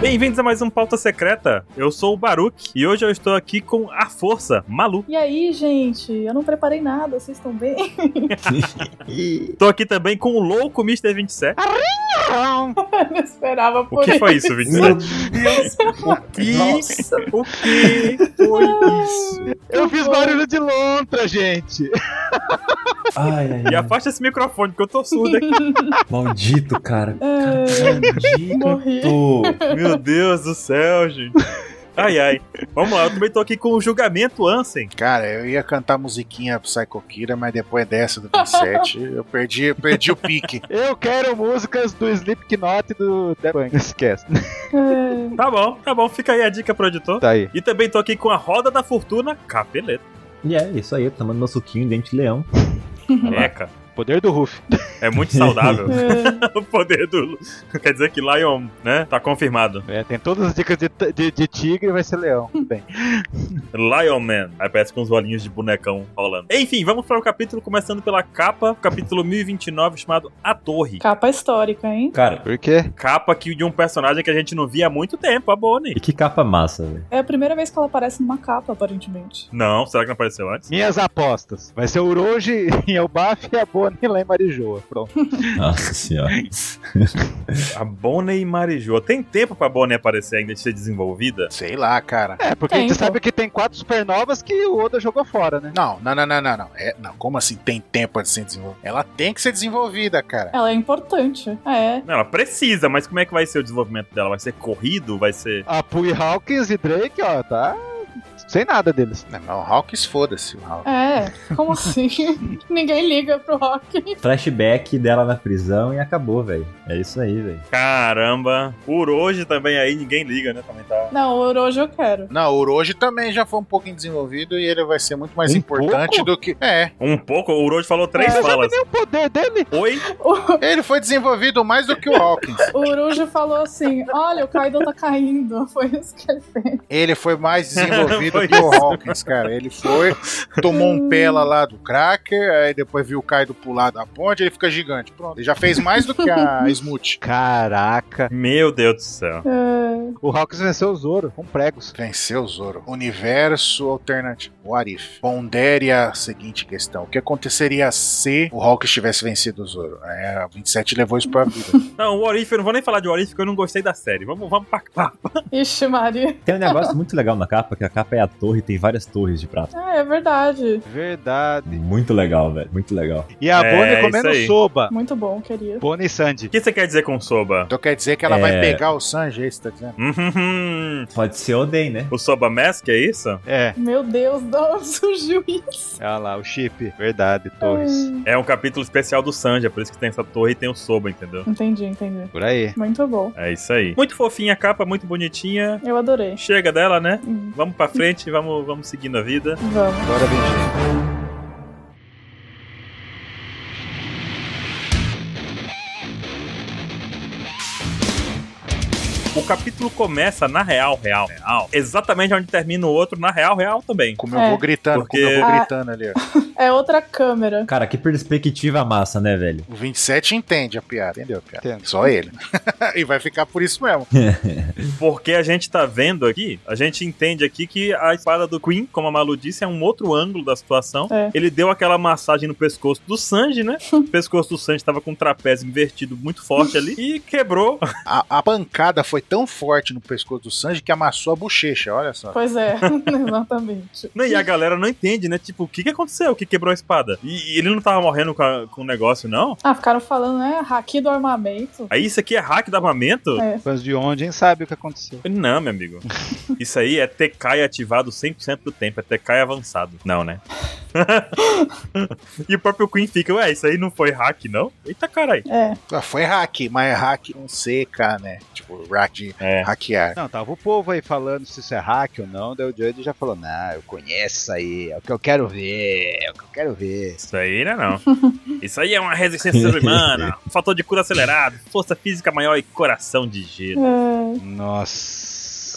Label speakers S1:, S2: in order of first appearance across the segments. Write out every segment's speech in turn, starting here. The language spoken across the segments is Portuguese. S1: Bem-vindos a mais um Pauta Secreta. Eu sou o Baruch e hoje eu estou aqui com a força, Malu.
S2: E aí, gente? Eu não preparei nada, vocês estão bem?
S1: Tô aqui também com o louco Mr. 27.
S2: Eu não esperava
S1: O
S2: por
S1: que
S2: isso.
S1: foi isso, 27?
S3: Deus!
S1: Que-
S3: Nossa.
S1: O que foi isso?
S4: Eu fiz barulho de lontra, gente.
S3: Ai, ai,
S1: E
S3: ai.
S1: afasta esse microfone que eu tô surdo aqui.
S3: Maldito, cara.
S2: É, Morri.
S3: Maldito.
S1: Meu Deus do céu, gente. Ai, ai. Vamos lá, eu também tô aqui com o julgamento Ansem.
S5: Cara, eu ia cantar musiquinha Psycho Kira, mas depois dessa do 27, eu perdi, eu perdi o pique.
S4: Eu quero músicas do Slipknot e do The Punk. Esquece.
S2: é.
S1: Tá bom, tá bom, fica aí a dica pro editor.
S4: Tá aí.
S1: E também tô aqui com a roda da fortuna, capeleta.
S6: E é isso aí, tomando meu suquinho, dente de leão.
S1: Eca.
S4: Poder do Ruff.
S1: É muito saudável
S2: é.
S1: o poder do. Quer dizer que Lion, né? Tá confirmado.
S4: É, tem todas as dicas de, de, de tigre vai ser leão. Tudo Bem.
S1: Lion Man. Aí parece com uns olhinhos de bonecão rolando. Enfim, vamos para o capítulo, começando pela capa, capítulo 1029, chamado A Torre.
S2: Capa histórica, hein?
S3: Cara,
S4: Por quê?
S1: Capa aqui de um personagem que a gente não via há muito tempo, a Bonnie.
S6: E que capa massa, velho.
S2: É a primeira vez que ela aparece numa capa, aparentemente.
S1: Não, será que não apareceu antes?
S4: Minhas apostas. Vai ser o Uroji em Elbaf e a Bonnie lá em Marijoa. Pronto.
S6: Nossa senhora.
S1: A Bonnie marejou. Tem tempo pra Bonnie aparecer ainda de ser desenvolvida?
S5: Sei lá, cara.
S4: É, porque
S2: Tem,
S4: você
S2: então.
S4: sabe que tem quatro supernovas que o Oda jogou fora, né?
S5: Não, não, não, não, não, não. É, não. Como assim tem tempo antes de ser desenvolvida? Ela tem que ser desenvolvida, cara.
S2: Ela é importante. É.
S1: Não, ela precisa, mas como é que vai ser o desenvolvimento dela? Vai ser corrido? Vai ser.
S4: A Pui Hawkins e Drake, ó, tá sem nada deles.
S5: Não, mas o Hawks, foda-se o Hawks.
S2: É. Como assim? Ninguém liga pro rock.
S6: Flashback dela na prisão e acabou, velho. É isso aí, velho.
S1: Caramba! Por hoje também aí ninguém liga, né? Também tá.
S2: Não, o Orochi eu quero.
S5: Não, o Orochi também já foi um pouquinho desenvolvido e ele vai ser muito mais
S4: Um
S5: importante
S4: pouco?
S5: do que. É,
S1: Um pouco, o Uroji falou três
S4: Você sabe
S1: falas.
S4: nem o poder dele?
S1: Oi?
S2: O,
S5: ele foi desenvolvido mais do que o Hawkins.
S2: o Uruji falou assim: olha, o Kaido tá caindo. Foi isso que ele fez.
S5: Ele foi mais
S1: Foi
S5: desenvolvido que o Hawkins, cara. Ele foi, tomou um pela lá do Cracker, aí depois viu o Kaido pular da ponte, ele fica gigante. Pronto, ele já fez mais do que a Smooth.
S4: Caraca.
S1: Meu Deus do céu.
S2: É.
S4: O Hawkins venceu o Zoro com pregos.
S5: Venceu o Zoro. Universo alternativo. What if? Pondere a seguinte questão: o que aconteceria se o Hawkins tivesse vencido o Zoro? É, a 27 levou isso pra vida.
S1: Não, o Orif, eu não vou nem falar de Orif, porque eu não gostei da série. Vamos, vamos pra cá.
S2: Ixi, Maria.
S6: Tem um negócio muito legal na capa, que a capa é a torre, tem várias torres de prata.
S2: É, é verdade.
S4: Verdade.
S6: Muito legal, velho. Muito legal.
S4: E a
S1: É,
S4: Bonnie
S1: isso aí.
S4: comendo soba.
S2: Muito bom, queria.
S4: Bonnie e Sandy.
S1: O que você quer dizer com Soba?
S5: Então quer dizer que ela
S6: É.
S5: vai pegar o Sanji, é isso que tá dizendo?
S1: Uhum.
S6: Pode ser Oden, né?
S1: O Soba Mask, é isso?
S4: É.
S2: Meu Deus, de onde surgiu isso?
S4: Olha lá, o chip. Verdade, Torres.
S1: É um capítulo especial do Sanji, é por isso que tem essa torre e tem o Soba, entendeu?
S2: Entendi, entendi.
S4: Por aí.
S2: Muito bom.
S1: É isso aí. Muito fofinha a capa, muito bonitinha.
S2: Eu adorei.
S1: Chega dela, né?
S2: Hum,
S1: Vamos pra frente, vamos, vamos seguindo a vida.
S2: Vamos.
S4: Agora vem gente.
S1: O capítulo começa na real, real, real. Exatamente onde termina o outro, na real, real também.
S5: Como eu
S2: É.
S5: vou gritando, como
S1: Porque-
S5: eu vou
S2: Ah.
S5: gritando ali, ó.
S2: É outra câmera.
S6: Cara, que perspectiva massa, né, velho?
S5: O 27 entende a piada, entendeu? a piada?
S4: Entendo.
S5: Só ele. e vai ficar por isso mesmo.
S1: Porque a gente tá vendo aqui, a gente entende aqui que a espada do Queen, como a Malu disse, é um outro ângulo da situação.
S2: É.
S1: Ele deu aquela massagem no pescoço do Sanji, né? O pescoço do Sanji tava com um trapézio invertido muito forte ali e quebrou.
S5: A, a pancada foi tão forte no pescoço do Sanji que amassou a bochecha, olha só.
S2: Pois é, exatamente.
S1: Não, Né, E a galera não entende, né? Tipo, o que que aconteceu? O que quebrou a espada? E e ele não tava morrendo com, a- com o negócio, não?
S2: Ah, ficaram falando, né? Haki do armamento.
S1: Aí isso aqui é hack do armamento?
S2: É.
S4: Fãs de onde, hein? Sabe o que aconteceu.
S1: Não, meu amigo. Isso aí é TK ativado 100% do tempo, é TK avançado. Não, né? e o próprio Queen fica, ué, isso aí não foi hack, não? Eita, carai.
S2: É,
S5: Ah, Foi hack, mas hack com CK, né? Tipo, hack de
S1: É.
S5: hackear.
S4: Não, tava o povo aí falando se isso é hack ou não. Daí o Judge já falou: Não, eu conheço isso aí. É o que eu quero ver. É o que eu quero ver.
S1: Isso aí não é não. Isso aí é uma resistência humana, um fator de cura acelerado, força física maior e coração de gelo.
S2: é.
S4: Nossa.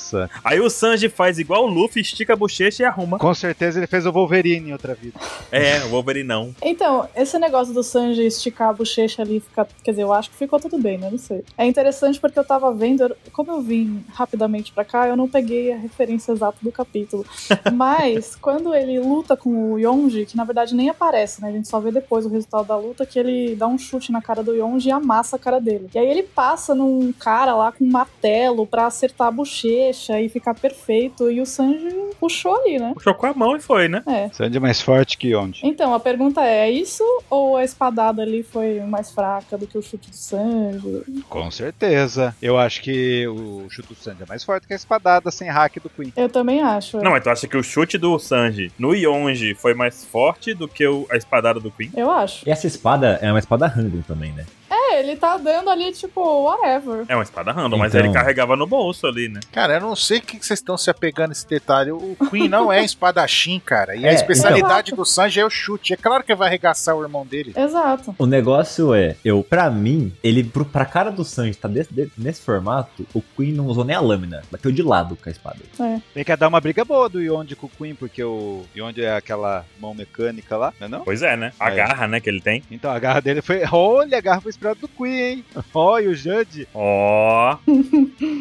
S4: Nossa.
S1: Aí o Sanji faz igual o Luffy, estica a bochecha e arruma.
S4: Com certeza ele fez o Wolverine em outra vida.
S1: É, o Wolverine não.
S2: Então, esse negócio do Sanji esticar a bochecha ali, fica, quer dizer, eu acho que ficou tudo bem, né? Não sei. É interessante porque eu tava vendo, eu- como eu vim rapidamente pra cá, eu não peguei a referência exata do capítulo. Mas, quando ele luta com o Yonji, que na verdade nem aparece, né? A gente só vê depois o resultado da luta, que ele dá um chute na cara do Yonji e amassa a cara dele. E aí ele passa num cara lá com um martelo pra acertar a bochecha e ficar perfeito, e o Sanji puxou ali, né?
S1: Puxou com a mão e foi, né?
S2: É.
S4: Sandy mais forte que onde?
S2: Então, a pergunta é, é isso ou a espadada ali foi mais fraca do que o chute do Sanji?
S4: Com certeza. Eu acho que o chute do Sandy é mais forte que a espadada sem hack do Queen.
S2: Eu também acho.
S1: Não, mas tu acha que o chute do Sanji no Yonji foi mais forte do que o- a espadada do Queen?
S2: Eu acho.
S6: E essa espada é uma espada random também, né?
S2: É, ele tá dando ali, tipo, whatever.
S1: É uma espada random, mas
S6: Então.
S1: ele carregava no bolso ali, né?
S5: Cara, eu não sei o que que vocês estão se apegando nesse detalhe. O Queen não é espadachim, cara. E a
S6: É,
S5: especialidade do Sanji é o chute. É claro que vai arregaçar o irmão dele.
S2: Exato.
S6: O negócio é, eu, pra mim, ele, pro, pra cara do Sanji tá desse- de- nesse formato, o Queen não usou nem a lâmina. Bateu de lado com a espada.
S2: É.
S4: Tem que dar uma briga boa do Yonde com o Queen, porque o Yonde é aquela mão mecânica lá, não é não?
S1: Pois é, né? A
S4: Aí.
S1: garra, né, que ele tem.
S4: Então a garra dele foi. Olha, a garra foi inspirada do Queen, hein? Olha, o Judge.
S1: Ó.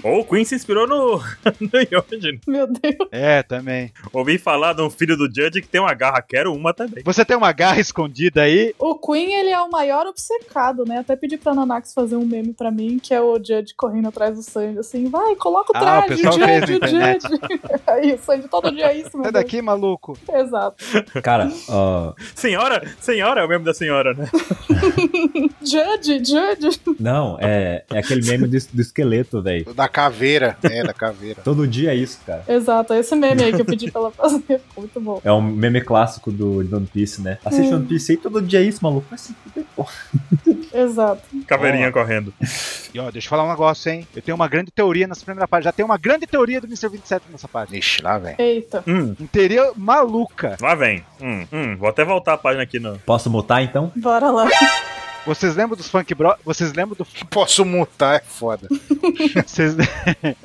S1: Ou o Queen se inspirou no, no Yonji.
S2: Meu Deus.
S4: É, também.
S1: Ouvi falar de um filho do Judge que tem uma garra, quero uma também.
S4: Você tem uma garra escondida aí?
S2: O Queen, ele é o maior obcecado, né? Até pedi pra Nanax fazer um meme pra mim, que é o Judge correndo atrás do Sanji, assim, vai, coloca o
S4: Ah, o
S2: traje, o
S4: pessoal fez
S2: Judge,
S4: na
S2: o
S4: internet.
S2: Judge. Aí, o Sanji todo dia é isso, meu
S4: Sai
S2: Deus.
S4: daqui, maluco.
S2: Exato.
S6: Cara, ó.
S1: Senhora, senhora, é o mesmo da senhora, né?
S2: Judge, Judge.
S6: não, é, é aquele meme do, es- do esqueleto, velho.
S5: Da caveira. É, da caveira.
S6: Todo dia é isso, cara.
S2: Exato, é esse meme aí que eu pedi pra ela fazer. Muito bom.
S6: É um meme clássico do de One Piece, né? Assiste One Piece aí todo dia é isso, maluco. Vai se fuder, porra.
S2: Exato.
S1: Caveirinha correndo.
S4: E ó, deixa eu falar um negócio, hein? Eu tenho uma grande teoria nessa primeira parte. Já tem uma grande teoria do Mr. 27 nessa parte.
S5: Ixi, lá, velho.
S2: Eita.
S1: Hum,
S4: Uma teoria maluca.
S1: lá vem. Hum, hum, vou até voltar a página aqui no.
S6: Posso mutar então?
S2: Bora lá.
S4: Vocês lembram dos Funk Bro? Vocês lembram do.
S5: Posso mutar, é foda.
S4: Vocês,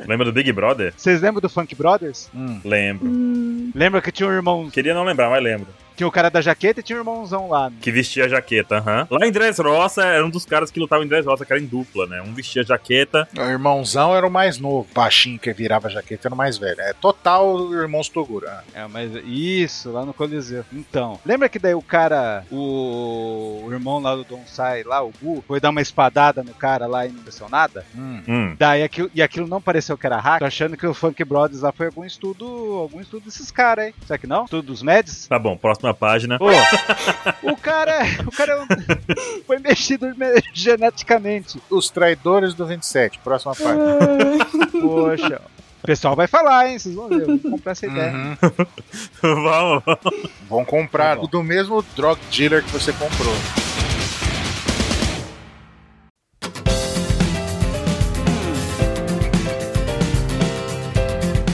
S1: Lembra do Big Brother?
S4: vocês lembram do Funk Brothers?
S5: Hum.
S1: Lembro.
S2: Hum,
S4: Lembra que tinha um irmão.
S1: Queria não lembrar, mas lembro.
S4: Tinha o cara da jaqueta e tinha um irmãozão lá.
S1: Que vestia a jaqueta, aham. Lá em Dressrosa, era um dos caras que lutavam em Dressrosa, que era em dupla, né? Um vestia a jaqueta.
S5: O irmãozão era o mais novo. Baixinho que virava jaqueta era o mais velho. É total irmãos Ah, Togura.
S4: É, mas isso, lá no Coliseu. Então, lembra que daí o cara, o, o irmão lá do Don Sai, lá, o Bu, foi dar uma espadada no cara lá e não desceu nada?
S5: Hum.
S1: Hum.
S4: Daí aquilo, e aquilo não pareceu que era hack, tô achando que o Funk Brothers lá foi algum estudo, algum estudo desses caras, hein? Será que não? Estudo dos médicos?
S1: Tá bom, próxima página.
S4: Pô, o cara, o cara é um- foi mexido me- geneticamente.
S5: Os traidores do 27. Próxima parte.
S2: ai,
S4: Poxa. O pessoal vai falar, hein? Vocês vão ver, eu vou comprar essa ideia.
S5: Uhum.
S1: Vamos.
S5: Vão comprar
S4: Tá bom.
S5: do mesmo drug dealer que você comprou.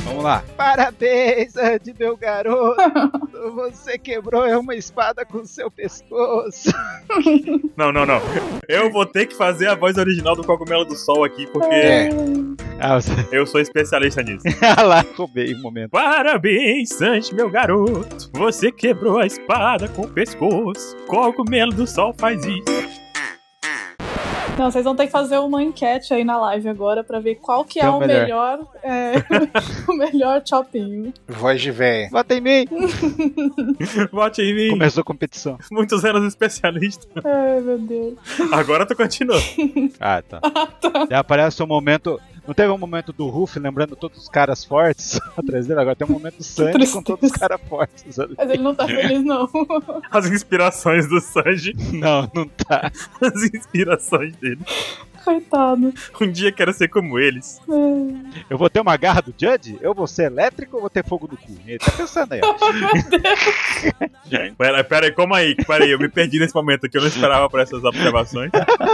S4: Vamos lá. Parabéns, Andy, meu garoto. Você quebrou é uma espada com seu pescoço.
S1: Não, não, não. Eu vou ter que fazer a voz original do Cogumelo do Sol aqui, porque
S5: É.
S4: Ah, você...
S1: eu sou especialista nisso.
S4: Ah lá, roubei o momento.
S1: Parabéns, Sanji, meu garoto. Você quebrou a espada com o pescoço. Cogumelo do Sol faz isso.
S2: Não, vocês vão ter que fazer uma enquete aí na live agora pra ver qual que é
S4: Então,
S2: o melhor, é, o melhor chopinho.
S5: Voz de véia.
S4: Bota em mim.
S1: Vote em mim.
S4: Começou a competição.
S1: Muitos anos especialista.
S2: Ai, meu Deus.
S1: Agora tu continua.
S4: Ah, tá. Já aparece um momento. Não teve um momento do Ruff lembrando todos os caras fortes atrás dele? Agora tem um momento do Sandy com
S2: tristeza.
S4: todos os caras fortes. ali.
S2: Mas ele não tá feliz, não.
S1: As inspirações do Sanji.
S4: Não, não tá.
S1: As inspirações dele.
S2: Coitado.
S1: Um dia quero ser como eles.
S2: É.
S4: Eu vou ter uma garra do Judge? Eu vou ser elétrico ou vou ter fogo no cu? Ele tá pensando aí, ó.
S1: Pera, pera aí, como aí? Pera aí, eu me perdi nesse momento aqui. Eu não esperava por essas observações.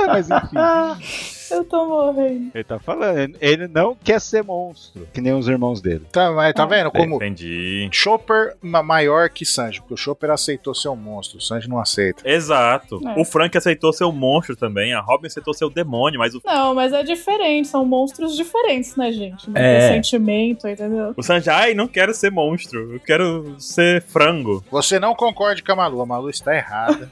S4: Mas enfim.
S2: Eu tô morrendo.
S4: Ele tá falando, ele não quer ser monstro, que nem os irmãos dele.
S5: Tá, mas tá vendo como
S1: Entendi.
S5: Chopper ma- maior que Sanji, porque o Chopper aceitou ser um monstro, o Sanji não aceita.
S1: Exato.
S2: É.
S1: O Frank aceitou ser o monstro também, a Robin aceitou ser o demônio, mas o,
S2: Não, mas é diferente, são monstros diferentes, né, gente? Não
S6: É.
S2: tem sentimento, entendeu?
S1: o Sanji, ai, não quero ser monstro, eu quero ser frango.
S5: Você não concorde com a Malu, a Malu está errada.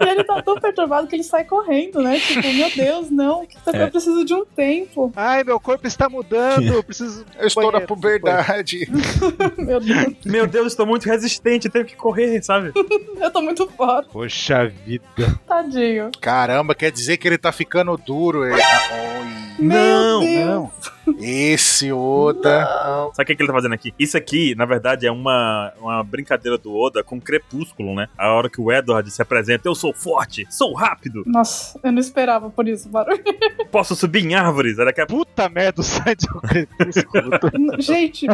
S2: E ele tá tão perturbado que ele sai correndo, né? Tipo, meu Deus, não, que tá-
S6: É.
S2: eu preciso de um tempo.
S4: Ai, meu corpo está mudando, eu preciso.
S5: Eu estou na
S4: Banheiro,
S5: puberdade.
S2: Meu Deus,
S1: Meu Deus, estou muito resistente, tenho que correr, sabe?
S2: eu tô muito forte,
S4: Poxa vida.
S2: tadinho.
S5: Caramba, quer dizer que ele tá ficando duro. ele. Ah, oi.
S1: Não,
S2: meu Deus.
S4: Não.
S5: Esse Oda.
S1: Sabe o que que ele tá fazendo aqui? Isso aqui, na verdade, é uma, uma brincadeira do Oda com Crepúsculo, né? A hora que o Edward se apresenta, eu sou forte, sou rápido,
S2: Nossa, eu não esperava por isso, barulho.
S1: posso subir em árvores. Aí Daqui a
S4: Puta merda, o Sandy é um crepúsculo.
S2: Gente,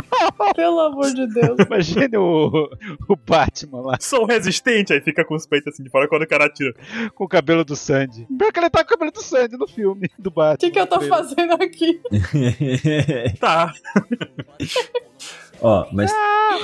S2: pelo amor de Deus.
S4: Imagina o, o Batman lá
S1: Sou resistente, aí fica com os peitos assim de fora quando o cara atira.
S4: com o cabelo do Sandy. Pior que ele tá com o cabelo do Sandy no filme do Batman.
S2: O que, que eu tô fazendo aqui?
S1: Tá.
S6: Ó, mas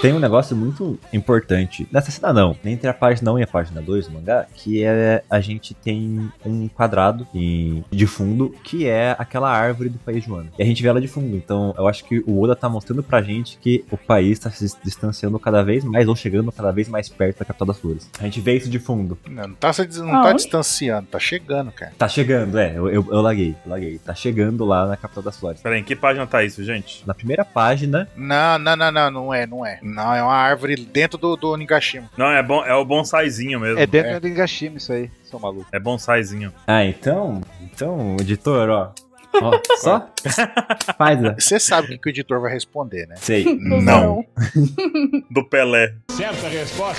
S6: tem um negócio muito importante. Nessa cena não, entre a página 1 e a página 2 do mangá, que é a gente tem um quadrado em- de fundo, que é aquela árvore do país de Wano. E a gente vê ela de fundo, então eu acho que o Oda tá mostrando pra gente que o país tá se distanciando cada vez mais, ou chegando cada vez mais perto da capital das flores. A gente vê isso de fundo.
S5: Não, não tá, se des- não
S2: Aonde?
S5: tá distanciando, tá chegando, cara.
S6: Tá chegando, é, eu, eu, eu laguei, eu laguei. Tá chegando lá na capital das flores.
S1: Pera aí, em que página tá isso, gente?
S6: Na primeira página,
S5: Não, não, não, não, não é, não é. Não, é uma árvore dentro do, do Onigashima.
S1: Não, é, bom, é o bonsaizinho mesmo.
S4: É
S1: É,
S4: dentro do Engashima isso aí, seu maluco.
S1: bonsaizinho.
S6: Ah, então. Então, editor, ó. Ó, só? Faz. ó.
S5: Você sabe o que, que o editor vai responder, né?
S6: Sei.
S5: Não.
S1: Do Pelé.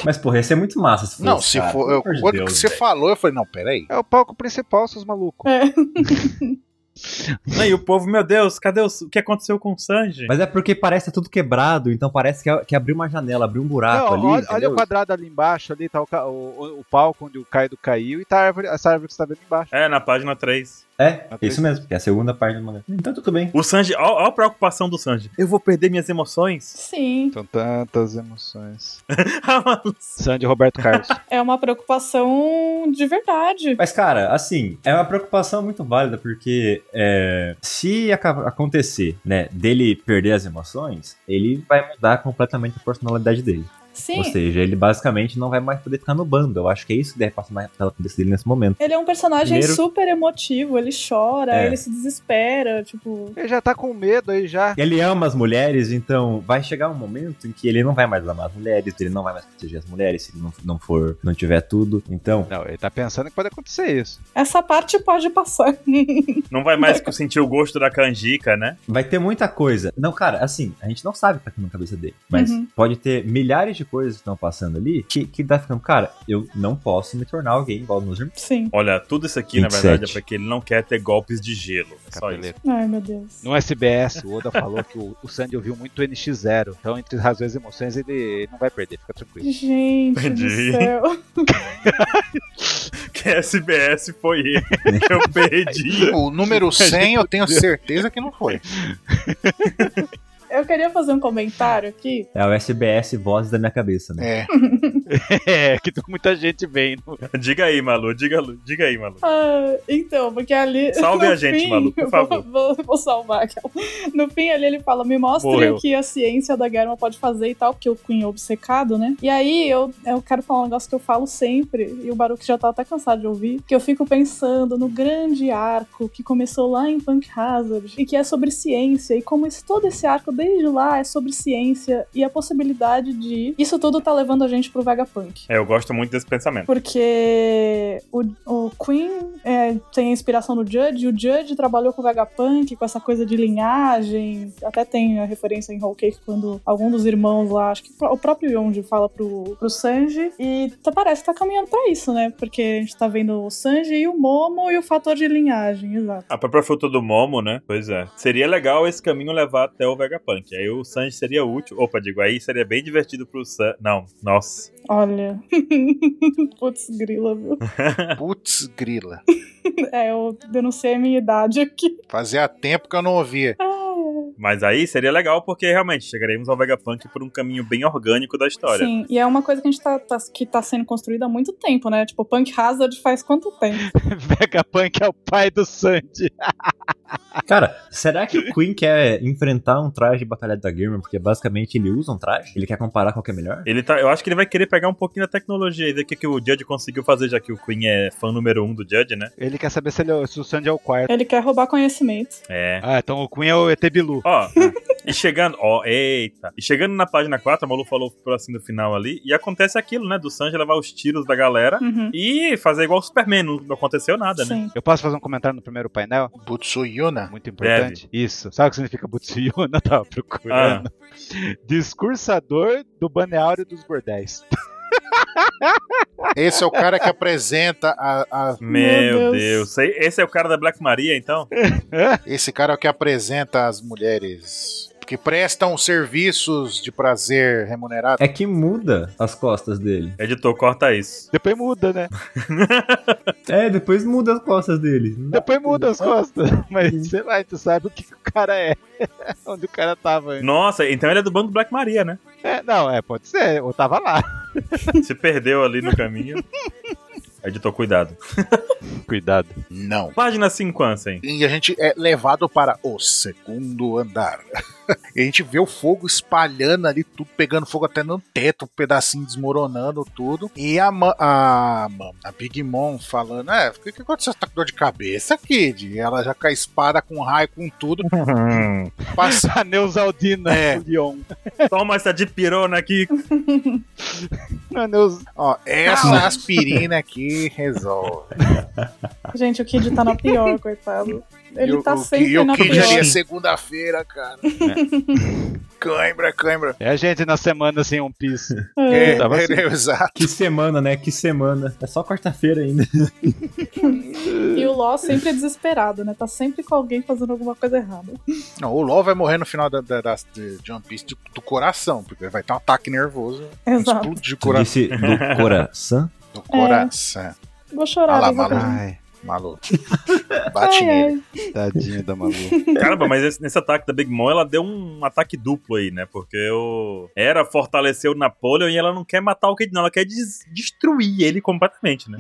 S6: Mas, porra, ia ser muito massa se fosse.
S5: Não, se
S6: cara.
S5: for. Eu,
S6: Pelo amor de
S5: quando
S6: Deus,
S5: você
S6: velho.
S5: falou, eu falei, não, peraí.
S4: É o palco principal, seus malucos.
S1: Não, e o povo, meu Deus, cadê o, o que aconteceu com o Sanji?
S6: Mas é porque parece que é tudo quebrado, então parece que, que abriu uma janela, abriu um buraco
S4: Não,
S6: ali.
S4: olha, olha
S6: entendeu?
S4: o quadrado ali embaixo, ali tá o, ca- o- o- o palco onde o Kaido caiu e tá a árvore, essa árvore que você tá vendo embaixo.
S1: É, na página 3.
S6: É, é isso mesmo, que é a segunda parte do mangá. Então tudo bem.
S1: O Sanji, ó, ó a preocupação do Sanji. Eu vou perder minhas emoções?
S2: Sim,
S4: São tantas emoções.
S1: Ah, mano.
S4: Sandy e Roberto Carlos.
S2: é uma preocupação de verdade.
S6: Mas, cara, assim, é uma preocupação muito válida, porque é, se aca- acontecer, né, dele perder as emoções, ele vai mudar completamente a personalidade dele.
S2: Sim,
S6: Ou seja, ele basicamente não vai mais poder ficar no bando. Eu acho que é isso que deve passar na- pela cabeça dele nesse momento.
S2: ele é um personagem
S6: Primeiro-
S2: super emotivo, ele chora,
S6: É.
S2: ele se desespera, tipo...
S4: Ele já tá com medo aí já.
S6: Ele ama as mulheres, então vai chegar um momento em que ele não vai mais amar as mulheres, ele não vai mais proteger as mulheres se ele não, não for, não tiver tudo. Então,
S4: Não, ele tá pensando que pode acontecer isso.
S2: Essa parte pode passar.
S1: Não vai mais sentir o gosto da canjica, né?
S6: vai ter muita coisa. Não, cara, assim, a gente não sabe o que tá na cabeça dele, mas
S2: Uhum.
S6: pode ter milhares de coisas que estão passando ali que, que tá ficando, cara, eu não posso me tornar alguém igual nos irmãos.
S2: Sim.
S1: Olha, tudo isso aqui, na
S6: 27.
S1: verdade, é porque ele não quer ter golpes de gelo. É Só isso.
S4: Capeleto.
S2: Ai, meu Deus.
S4: No SBS, o Oda falou que o, o Sandy ouviu muito o NX0. Então, entre razões e emoções, ele, ele não vai perder, fica tranquilo.
S2: Gente
S1: Entendi.
S2: do céu.
S1: Que SBS foi ele. Eu perdi.
S5: O número 100 eu tenho certeza que não foi.
S2: Eu queria fazer um comentário aqui.
S6: É o SBS Vozes da minha cabeça, né?
S5: É.
S4: É, que muita gente vem. no-
S1: Diga aí, Malu. Diga, diga aí, Malu.
S2: Ah, então, porque ali.
S1: Salve
S2: no
S1: a gente,
S2: fim,
S1: Malu, por
S2: eu
S1: favor.
S2: Vou, vou- vou salvar aquela. No fim, ali ele fala: me mostre
S1: Morreu.
S2: o que a ciência da Germa pode fazer e tal, porque o Queen é obcecado, né? E aí eu, eu quero falar um negócio que eu falo sempre, e o Baruch já tá até cansado de ouvir, que eu fico pensando no grande arco que começou lá em Punk Hazard e que é sobre ciência, e como esse, todo esse arco desde lá é sobre ciência e a possibilidade de. Isso tudo tá levando a gente pro Vegapunk.
S1: É, eu gosto muito desse pensamento.
S2: Porque o, o Queen é, tem a inspiração no Judge, e o Judge trabalhou com o Vegapunk, com essa coisa de linhagem. Até tem a referência em Whole Cake quando algum dos irmãos lá, acho que o próprio Yonji fala pro, pro Sanji. E tá- parece que tá caminhando pra isso, né? Porque a gente tá vendo o Sanji e o Momo e o fator de linhagem, exato.
S1: A própria fruta do Momo, né? Pois é. Seria legal esse caminho levar até o Vegapunk. Aí o Sanji seria útil. Opa, digo, aí seria bem divertido pro Sanji. Não, nossa.
S2: Olha. Putz, grila, viu?
S5: Putz, grila.
S2: É, eu denunciei a minha idade aqui. Ah.
S5: Fazia tempo que eu não ouvia.
S1: Mas aí seria legal, porque realmente chegaremos ao Vegapunk por um caminho bem orgânico da história.
S2: Sim, e é uma coisa que a gente tá, tá- que tá sendo construída há muito tempo, né? Tipo, Punk Hazard faz quanto tempo?
S4: Vegapunk é o pai do Sandy.
S6: Cara, será que o Queen quer enfrentar um traje de batalha da Gamer? Porque basicamente ele usa um traje? Ele quer comparar qual que é melhor?
S1: Ele tá, eu acho que ele vai querer pegar um pouquinho da tecnologia e ver o que, que o Judge conseguiu fazer, já que o Queen é fã número um do Judge, né?
S4: Ele quer saber se, ele é- se o Sandy é o quarto.
S2: Ele quer roubar conhecimento.
S1: É.
S4: Ah, então o Queen é o ET Bilu.
S1: Ó, e chegando, ó, eita. E chegando na página 4, a Malu falou pro assim do final ali, e acontece aquilo, né? Do Sanji levar os tiros da galera
S2: Uhum.
S1: e fazer igual o Superman, não, não aconteceu nada, né?
S2: Sim.
S4: Eu posso fazer um comentário no primeiro painel?
S1: Ah,
S5: Butsuyuna.
S4: Muito importante. Isso. Sabe o que significa Butsuyuna? Tava
S1: Ah,
S4: procurando. Discursador do Baneário dos Bordéis.
S5: Esse é o cara que apresenta a, a-
S1: Meu,
S2: Meu
S1: Deus.
S2: Deus.
S1: Sei- Esse é o cara da Black Maria, então?
S5: Esse cara é o que apresenta as mulheres que prestam serviços de prazer remunerado.
S6: É que muda as costas dele.
S1: Editor, corta isso.
S4: Depois muda, né?
S6: É, depois muda as costas dele.
S4: Depois muda as costas. Mas sei lá, tu sabe o que, que o cara é. Onde o cara tava. antes.
S1: Nossa, então ele é do bando Black Maria, né?
S4: É, não, é, pode ser. Ou tava lá.
S1: Se perdeu ali no caminho. Editor, cuidado.
S4: Cuidado.
S5: Não.
S1: Página 5, Ansem.
S5: E a gente é levado para o segundo andar. e a gente vê o fogo espalhando ali, tudo pegando fogo até no teto, um pedacinho desmoronando tudo. E a, ma- a, ma- a Big Mom falando: É, o que, que aconteceu? Você tá com dor de cabeça, Kid? E ela já com a espada, com raio, com tudo. Passa,
S4: A Neusaldina
S5: É.
S4: do Leon.
S1: Toma essa de pirona aqui.
S4: A Neus...
S5: Ó, essa aspirina aqui resolve.
S2: Gente, o Kid tá na pior, coitado. Ele
S5: E
S2: tá
S5: o,
S2: sempre
S5: e o
S2: na
S5: Kid
S2: pior.
S5: ali é segunda-feira, cara. Cãibra, cãibra.
S4: É a gente na semana sem One Piece.
S5: É,
S4: tava assim.
S5: é, exato.
S6: Que semana, né? Que semana. É só quarta-feira ainda.
S2: E o Law sempre é desesperado, né? Tá sempre com alguém fazendo alguma coisa errada.
S5: Não, o LOL vai morrer no final da, da, da- de de One Piece do, do coração, porque vai ter um ataque nervoso.
S2: Exato.
S5: Explode de
S6: Tu
S5: cora
S6: disse do coração?
S5: do coração.
S2: Vou chorar.
S5: Ah lá,
S2: mas vou
S5: maluco.
S2: acreditar.
S5: Maluco. Bate
S2: Ai,
S5: nele.
S4: Tadinho da Malu.
S1: Caramba, mas esse- nesse ataque da Big Mom, ela deu um ataque duplo aí, né? Porque o Era fortaleceu o Napoleon e ela não quer matar o Kid, não. Ela quer des- destruir ele completamente, né?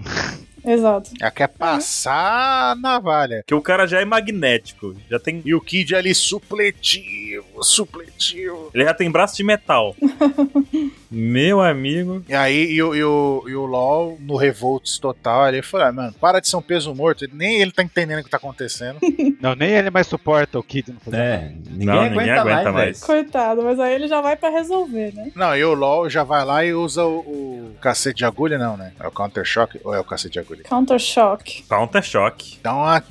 S2: Exato.
S5: Ela quer é passar a navalha.
S1: Porque o cara já é magnético. Já tem,
S5: E o Kid ali supletivo, supletivo.
S1: ele já tem braço de metal. Meu amigo.
S5: E aí, e o, e o, e o LOL, no revolts total, ele falou: ah, mano, para de ser um peso morto. Ele- Nem ele tá entendendo o que tá acontecendo.
S4: Não, nem ele mais suporta o Kid. Não fazer
S6: É, ninguém
S1: Não,
S6: aguenta,
S1: ninguém aguenta
S6: mais.
S1: mais.
S6: velho.
S2: Coitado, mas aí ele já vai pra resolver, né?
S5: Não, e o LOL já vai lá e usa o, o cacete de agulha, não, né? É o Counter-Shock ou é o cacete de agulha?
S2: Counter Shock.
S1: Counter Shock.
S5: Dá uma,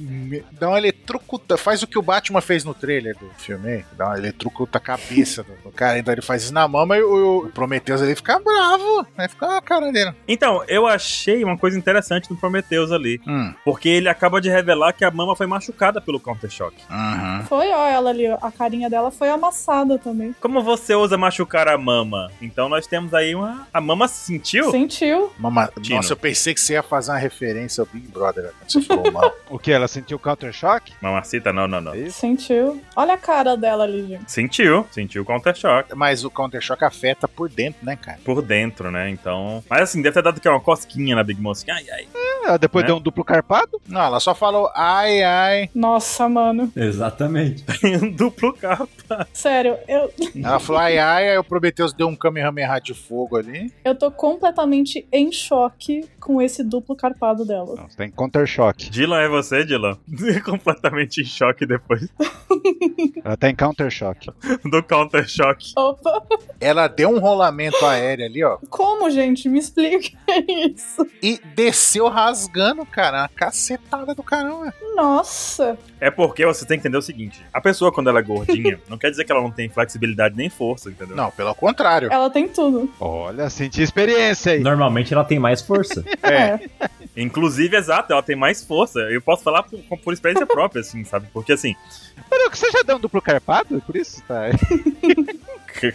S5: dá uma eletrocuta. Faz o que o Batman fez no trailer do filme. hein? Dá uma eletrocuta a cabeça do, do cara. Então ele faz isso na mama e o, o Prometheus ali fica bravo. Vai ficar a cara dele.
S1: Então, eu achei uma coisa interessante no Prometheus ali.
S5: Hum.
S1: Porque ele acaba de revelar que a mama foi machucada pelo Counter Shock.
S5: Uhum.
S2: Foi, ó, ela ali, ó, a carinha dela foi amassada também.
S1: Como você ousa machucar a mama? Então nós temos aí uma. A mama sentiu?
S2: Sentiu?
S5: Mama,
S1: Tino.
S5: nossa, eu pensei que você ia fazer uma referência ao Big Brother. né? Você falou mal.
S4: O que? Ela sentiu counter-choque?
S1: Mamacita, não, não, não.
S2: Sentiu. Olha a cara dela ali, gente.
S1: Sentiu, sentiu o Counter-Shock
S5: Mas o Counter-Shock afeta por dentro, né, cara?
S1: por dentro, né? Então. Mas assim, deve ter dado que é uma cosquinha na Big Mom. assim, ai, ai.
S4: Ela depois
S1: Né?
S4: deu um duplo carpado?
S5: Não, ela só falou ai, ai.
S2: Nossa, mano.
S6: Exatamente.
S1: Um duplo carro.
S2: Sério, eu,
S5: Ela falou ai, ai. Aí o Prometheus deu um Kamehameha de fogo ali.
S2: eu tô completamente em choque com esse duplo carpado dela.
S4: Não, você tem counter-choque.
S1: Dylan é você, Dylan? Completamente em choque depois
S4: Ela tá em counter-choque.
S1: do Counter-Shock.
S2: Opa,
S5: Ela deu um rolamento aéreo ali, ó.
S2: como, gente? Me explica isso.
S5: E desceu rasgando, cara. Uma cacetada do caramba.
S2: Nossa.
S1: É porque você tem que entender o seguinte: a pessoa, quando ela é gordinha, não quer dizer que ela não tem flexibilidade nem força, entendeu?
S5: Não, pelo contrário.
S2: Ela tem tudo.
S4: Olha, senti experiência aí.
S6: Normalmente ela tem mais força.
S5: É.
S1: Inclusive, exato, ela tem mais força. Eu posso falar por, por experiência própria, assim, sabe? Porque assim,
S4: Peraí, que você já deu um duplo carpado? Por isso tá.
S1: Que-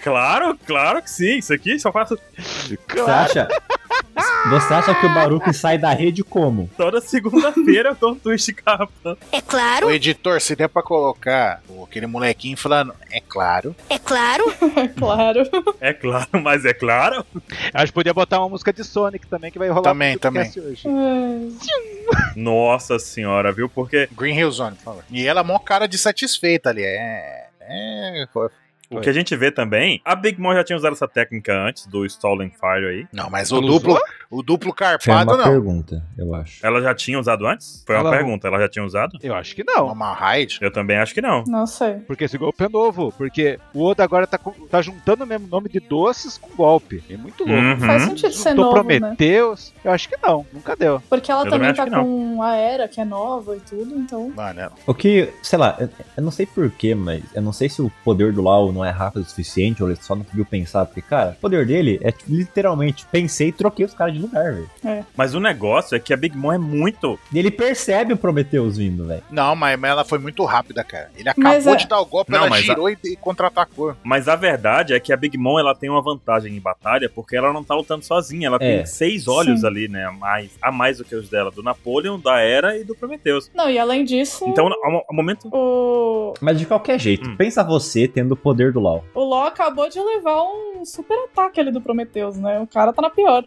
S1: Claro, claro que sim. Isso aqui só faço
S6: Você acha? Você acha que o Baruco sai da rede como?
S1: toda segunda-feira eu tô no Twitch Capa.
S7: É claro,
S5: O editor, se der pra colocar o- aquele molequinho falando, é claro.
S7: é claro.
S2: É claro.
S1: É claro, mas é claro.
S4: Acho que podia botar uma música de Sonic também que vai rolar
S5: Também,
S4: no podcast hoje.
S2: É.
S1: Nossa senhora, viu? Porque
S5: Green Hill Zone, por favor. E ela, é mó cara de satisfeita ali. É. É. foi-
S1: o que a gente vê também, a Big Mom já tinha usado essa técnica antes do Stalling Fire aí.
S5: Não, mas o
S4: Ela
S5: duplo,
S4: usou?
S5: o duplo
S6: Foi
S5: carpado
S6: uma
S5: não.
S6: pergunta, eu acho.
S1: Ela já tinha usado antes? Foi uma
S4: Ela-
S1: pergunta, ela já tinha usado?
S4: Eu acho que não.
S5: Uma raid.
S1: Eu também acho que não.
S2: Não sei.
S4: Porque esse golpe é novo. Porque o Oda agora tá, com- tá juntando o mesmo nome de doces com golpe. É muito louco.
S2: Faz
S1: Uhum.
S2: sentido ser
S4: Juntou
S2: novo, né?
S4: Prometeus. Eu acho que não. Nunca deu.
S2: Porque ela
S1: Eu também
S2: também
S1: acho
S2: tá
S1: que não.
S2: com a era, que é nova e tudo, então.
S5: Mano, ela-
S6: O que, sei lá, eu, eu não sei porquê, mas eu não sei se o poder do Lau não é rápido o suficiente ou ele só não conseguiu pensar, porque, cara, o poder dele é tipo, literalmente pensei e troquei os caras de lugar, velho.
S1: Mas o negócio é que a Big Mom é muito.
S6: E ele percebe o Prometheus vindo, velho.
S5: Não, mas mas ela foi muito rápida, cara. Ele
S2: Mas
S5: acabou
S2: é-
S5: de dar o golpe,
S1: Não,
S5: ela
S1: mas a-
S5: girou e, e contra-atacou.
S1: Mas a verdade é que a Big Mom ela tem uma vantagem em batalha porque ela não tá lutando sozinha. Ela
S6: É.
S1: tem seis olhos
S2: Sim.
S1: ali, né? A mais, a mais do que os dela, do Napoleon, da Hera e do Prometheus.
S2: Não, e além disso,
S1: Então, ao, mo- ao momento.
S2: o,
S6: Mas de qualquer jeito,
S1: Hum.
S6: pensa você tendo o poder do Lau.
S2: o Ló acabou de levar um super ataque ali do Prometheus, né? O cara tá na pior.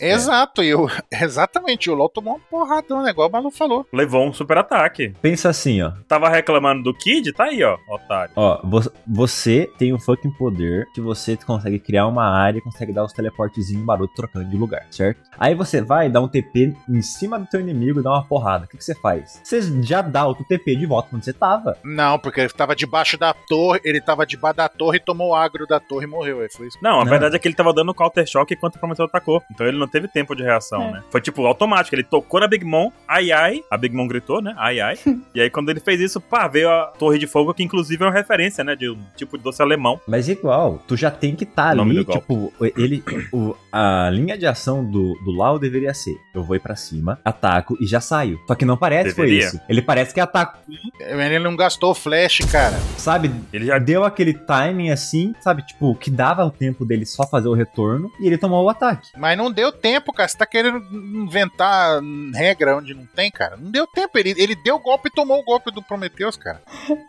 S5: Exato, e o- exatamente. O LOL tomou uma porradão, né? Igual o Malu falou.
S1: Levou um super ataque.
S6: Pensa assim, ó.
S1: Tava reclamando do Kid, tá aí, ó, otário.
S6: Ó, vo- você tem um fucking poder que você consegue criar uma área e consegue dar os teleportezinhos maroto trocando de lugar, certo? Aí você vai dar um TP em cima do teu inimigo e dá uma porrada. O que, que você faz? Você já dá o teu TP de volta onde você tava.
S5: Não, porque ele tava debaixo da torre, ele tava debaixo da torre, tomou o agro da torre e morreu. Aí foi isso.
S1: Não, a
S6: Não.
S1: verdade é que ele tava dando counter-shock enquanto o Prometheus atacou. Então ele não teve tempo de reação,
S2: É.
S1: né? Foi tipo automático. Ele tocou na Big Mom, ai ai. A Big Mom gritou, né? Ai ai. e aí quando ele fez isso, pá, veio a Torre de Fogo, que inclusive é uma referência, né? De um tipo de doce alemão.
S6: Mas igual, tu já tem que estar
S1: Nome
S6: ali,
S1: do
S6: tipo, ele. o- a linha de ação do, do Lau deveria ser: eu vou ir pra cima, ataco e já saio. Só que não parece que foi
S1: Deveria.
S6: isso. Ele parece que ataca,
S5: Ele não gastou flash, cara.
S6: sabe?
S1: Ele já
S6: Deu aquele timing assim, sabe? Tipo, que dava o tempo dele só fazer o retorno e ele tomou o ataque.
S5: Mas não deu tempo, cara. Você tá querendo inventar hum, regra onde não tem, cara. Não deu tempo. Ele, ele deu o golpe e tomou o golpe do Prometheus, cara.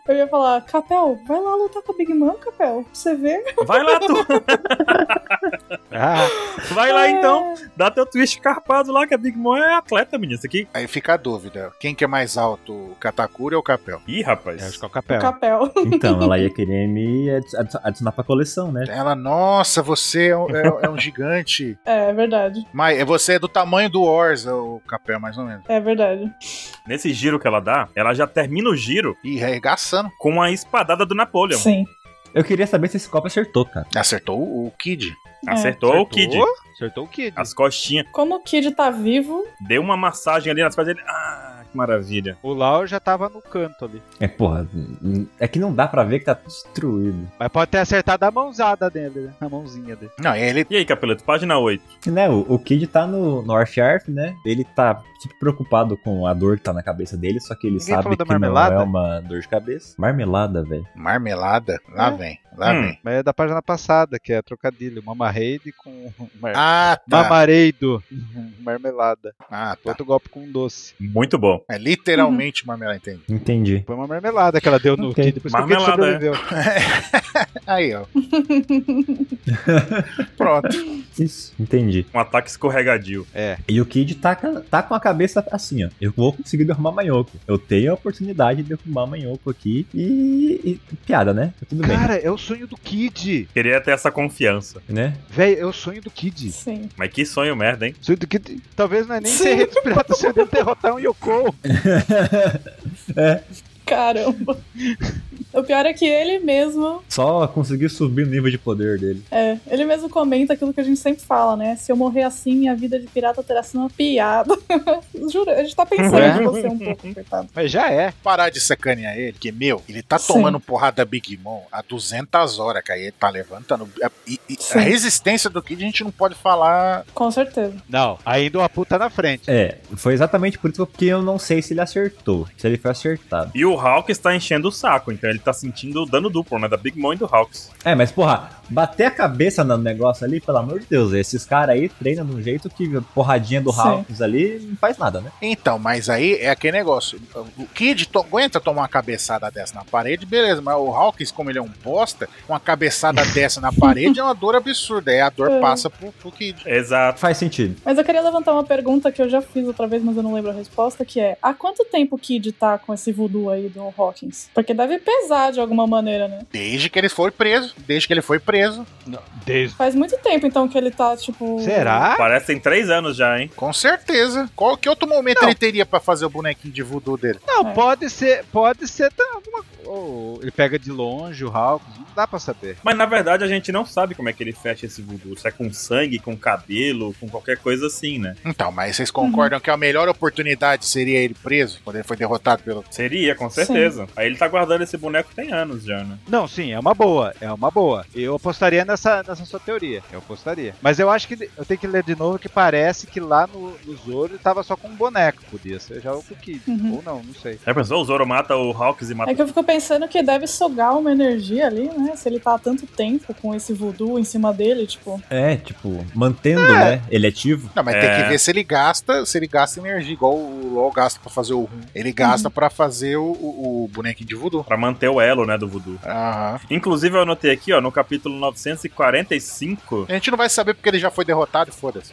S2: Eu ia falar, Capel, vai lá lutar com a Big Mom, Capel. Pra você ver.
S1: Vai lá, tu.
S4: Ah,
S1: Vai
S2: É.
S1: lá então. Dá teu twist carpado lá, que a Big Mom é atleta, menino. Isso aqui.
S5: Aí fica a dúvida. Quem que é mais alto, o Katakuri ou o Capel?
S1: Ih,
S4: eu acho
S1: rapaz.
S4: que é o capel.
S2: Capel.
S6: Então, ela ia querer me adi- adi- adicionar pra coleção, né?
S5: Ela, nossa, você é um, é- é um gigante.
S2: É, é verdade.
S5: Mas você é do tamanho do Orza, o Capel, mais ou menos.
S2: É verdade.
S1: Nesse giro que ela dá, ela já termina o giro
S5: Ih, arregaçando.
S1: com a espadada do Napoleon.
S2: Sim.
S6: Eu queria saber se esse copo acertou, cara.
S5: Acertou o, o Kid.
S2: É.
S1: Acertou, o Kid.
S4: Acertou o Kid.
S1: As costinhas.
S2: Como o Kid tá vivo,
S1: Deu uma massagem ali nas costas dele. Ah, que maravilha.
S4: O Lau já tava no canto ali.
S6: É, porra, é que não dá pra ver que tá destruído.
S4: Mas pode ter acertado a mãozada dele, né? A mãozinha dele.
S5: Não, é ele.
S1: E aí, Capeleto, página 8.
S6: E, Né, o, o Kid tá no, no Orf Arf, né? Ele tá super preocupado com a dor que tá na cabeça dele, só que ele
S4: Ninguém
S6: sabe
S4: falou
S6: que
S4: da
S6: não
S4: marmelada?
S6: é uma dor de cabeça. Marmelada, velho.
S5: Marmelada. Lá
S4: É.
S5: vem, lá
S1: Hum.
S5: vem.
S4: Mas é da página passada, que é trocadilho. Mamarreide com. Mar...
S5: Ah, tá.
S4: Mamareido. Marmelada.
S5: Ah, tá.
S4: Outro golpe com doce.
S1: Muito bom.
S5: É literalmente marmelada, entendi.
S6: Entendi.
S4: Foi uma marmelada que ela deu no
S6: Ok.
S4: Kid, por isso
S1: Marmelada,
S4: que o Kid sobreviveu.
S5: Aí, ó. Pronto.
S6: Isso. Entendi.
S1: Um ataque escorregadio.
S4: É.
S6: E o Kid tá, ca- tá com a cabeça assim, ó. Eu vou conseguir derrubar manhoco. Eu tenho a oportunidade de derrubar manhoco aqui e. e- piada, né? Tá tudo bem.
S4: Cara, é o sonho do Kid.
S1: Queria ter essa confiança.
S6: Né?
S4: Véi, é o sonho do Kid.
S2: sim.
S1: Mas que sonho merda, hein?
S4: Sonho do Kid. Talvez não é nem
S2: Sim.
S4: ser respirado, sonho dele derrotar um Yoko.
S2: Caramba. o pior é que ele mesmo,
S6: Só conseguiu subir o nível de poder dele.
S2: é, ele mesmo comenta aquilo que a gente sempre fala, né? Se eu morrer assim, minha vida de pirata terá sido uma piada. Juro, a gente tá pensando
S4: É.
S2: em você um pouco, coitado.
S4: Mas já é.
S5: Parar de sacanear ele, que, meu, ele tá
S2: Sim.
S5: tomando porrada da Big Mom há 200 horas, cara. E ele tá levantando. E- e-
S2: Sim.
S5: a resistência do Kid a gente não pode falar.
S2: Com certeza.
S4: Não, ainda uma puta na frente.
S6: É, foi exatamente por isso que eu não sei se ele acertou. Se ele foi acertado.
S1: E o Hawks tá enchendo o saco, então ele tá sentindo o dano duplo, né? Da Big Mom e do Hawks.
S6: É, mas porra, Bater a cabeça no negócio ali, pelo amor de Deus, esses caras aí treinam de um jeito que a porradinha do
S2: Sim.
S6: Hawkins ali não faz nada, né?
S5: Então, mas aí é aquele negócio. O Kid to- aguenta tomar uma cabeçada dessa na parede, beleza, mas o Hawkins, como ele é um bosta, uma cabeçada dessa na parede é uma dor absurda. Aí a dor
S2: É.
S5: passa pro, pro Kid.
S1: Exato.
S6: Faz sentido.
S2: Mas eu queria levantar uma pergunta que eu já fiz outra vez, mas eu não lembro a resposta, que é há quanto tempo o Kid tá com esse voodoo aí do Hawkins? Porque deve pesar de alguma maneira, né?
S5: Desde que ele foi preso, desde que ele foi preso,
S4: Desde...
S2: Faz muito tempo, então, que ele tá, tipo...
S4: Será?
S1: Parece que tem três anos já, hein?
S5: com certeza. Qual que outro momento ele teria pra fazer o bonequinho de voodoo dele?
S4: Não,
S2: É.
S4: pode ser, pode ser tá, alguma ou Ele pega de longe o Hawkins, não dá pra saber.
S1: Mas na verdade a gente não sabe como é que ele fecha esse voodoo. Se é com sangue, com cabelo, com qualquer coisa assim, né?
S5: Então, mas vocês concordam que a melhor oportunidade seria ele preso quando ele foi derrotado pelo
S1: Seria, com certeza. Aí ele tá guardando esse boneco tem anos já, né?
S4: Não, sim, é uma boa, é uma boa. Eu apostaria nessa, nessa sua teoria, eu apostaria. Mas eu acho que eu tenho que ler de novo que parece que lá no, no Zoro ele tava só com um boneco, podia ser já o Kid,
S2: Uhum.
S4: ou não, não sei.
S1: Já pensou? O Zoro mata o Hawks e mata
S2: É que eu fico pensando que deve sugar uma energia ali, né? Se ele tá há tanto tempo com esse voodoo em cima dele, tipo...
S6: É, tipo, mantendo, né? Ele ativo.
S5: Não, mas
S1: É.
S5: tem que ver se ele gasta, se ele gasta energia, igual o LOL gasta pra fazer o rum. Ele gasta pra fazer o, o, o bonequinho de voodoo.
S1: Pra manter o elo, né, do voodoo.
S5: Aham.
S1: Inclusive, eu anotei aqui, ó, no capítulo 945.
S5: A gente não vai saber porque ele já foi derrotado, foda-se.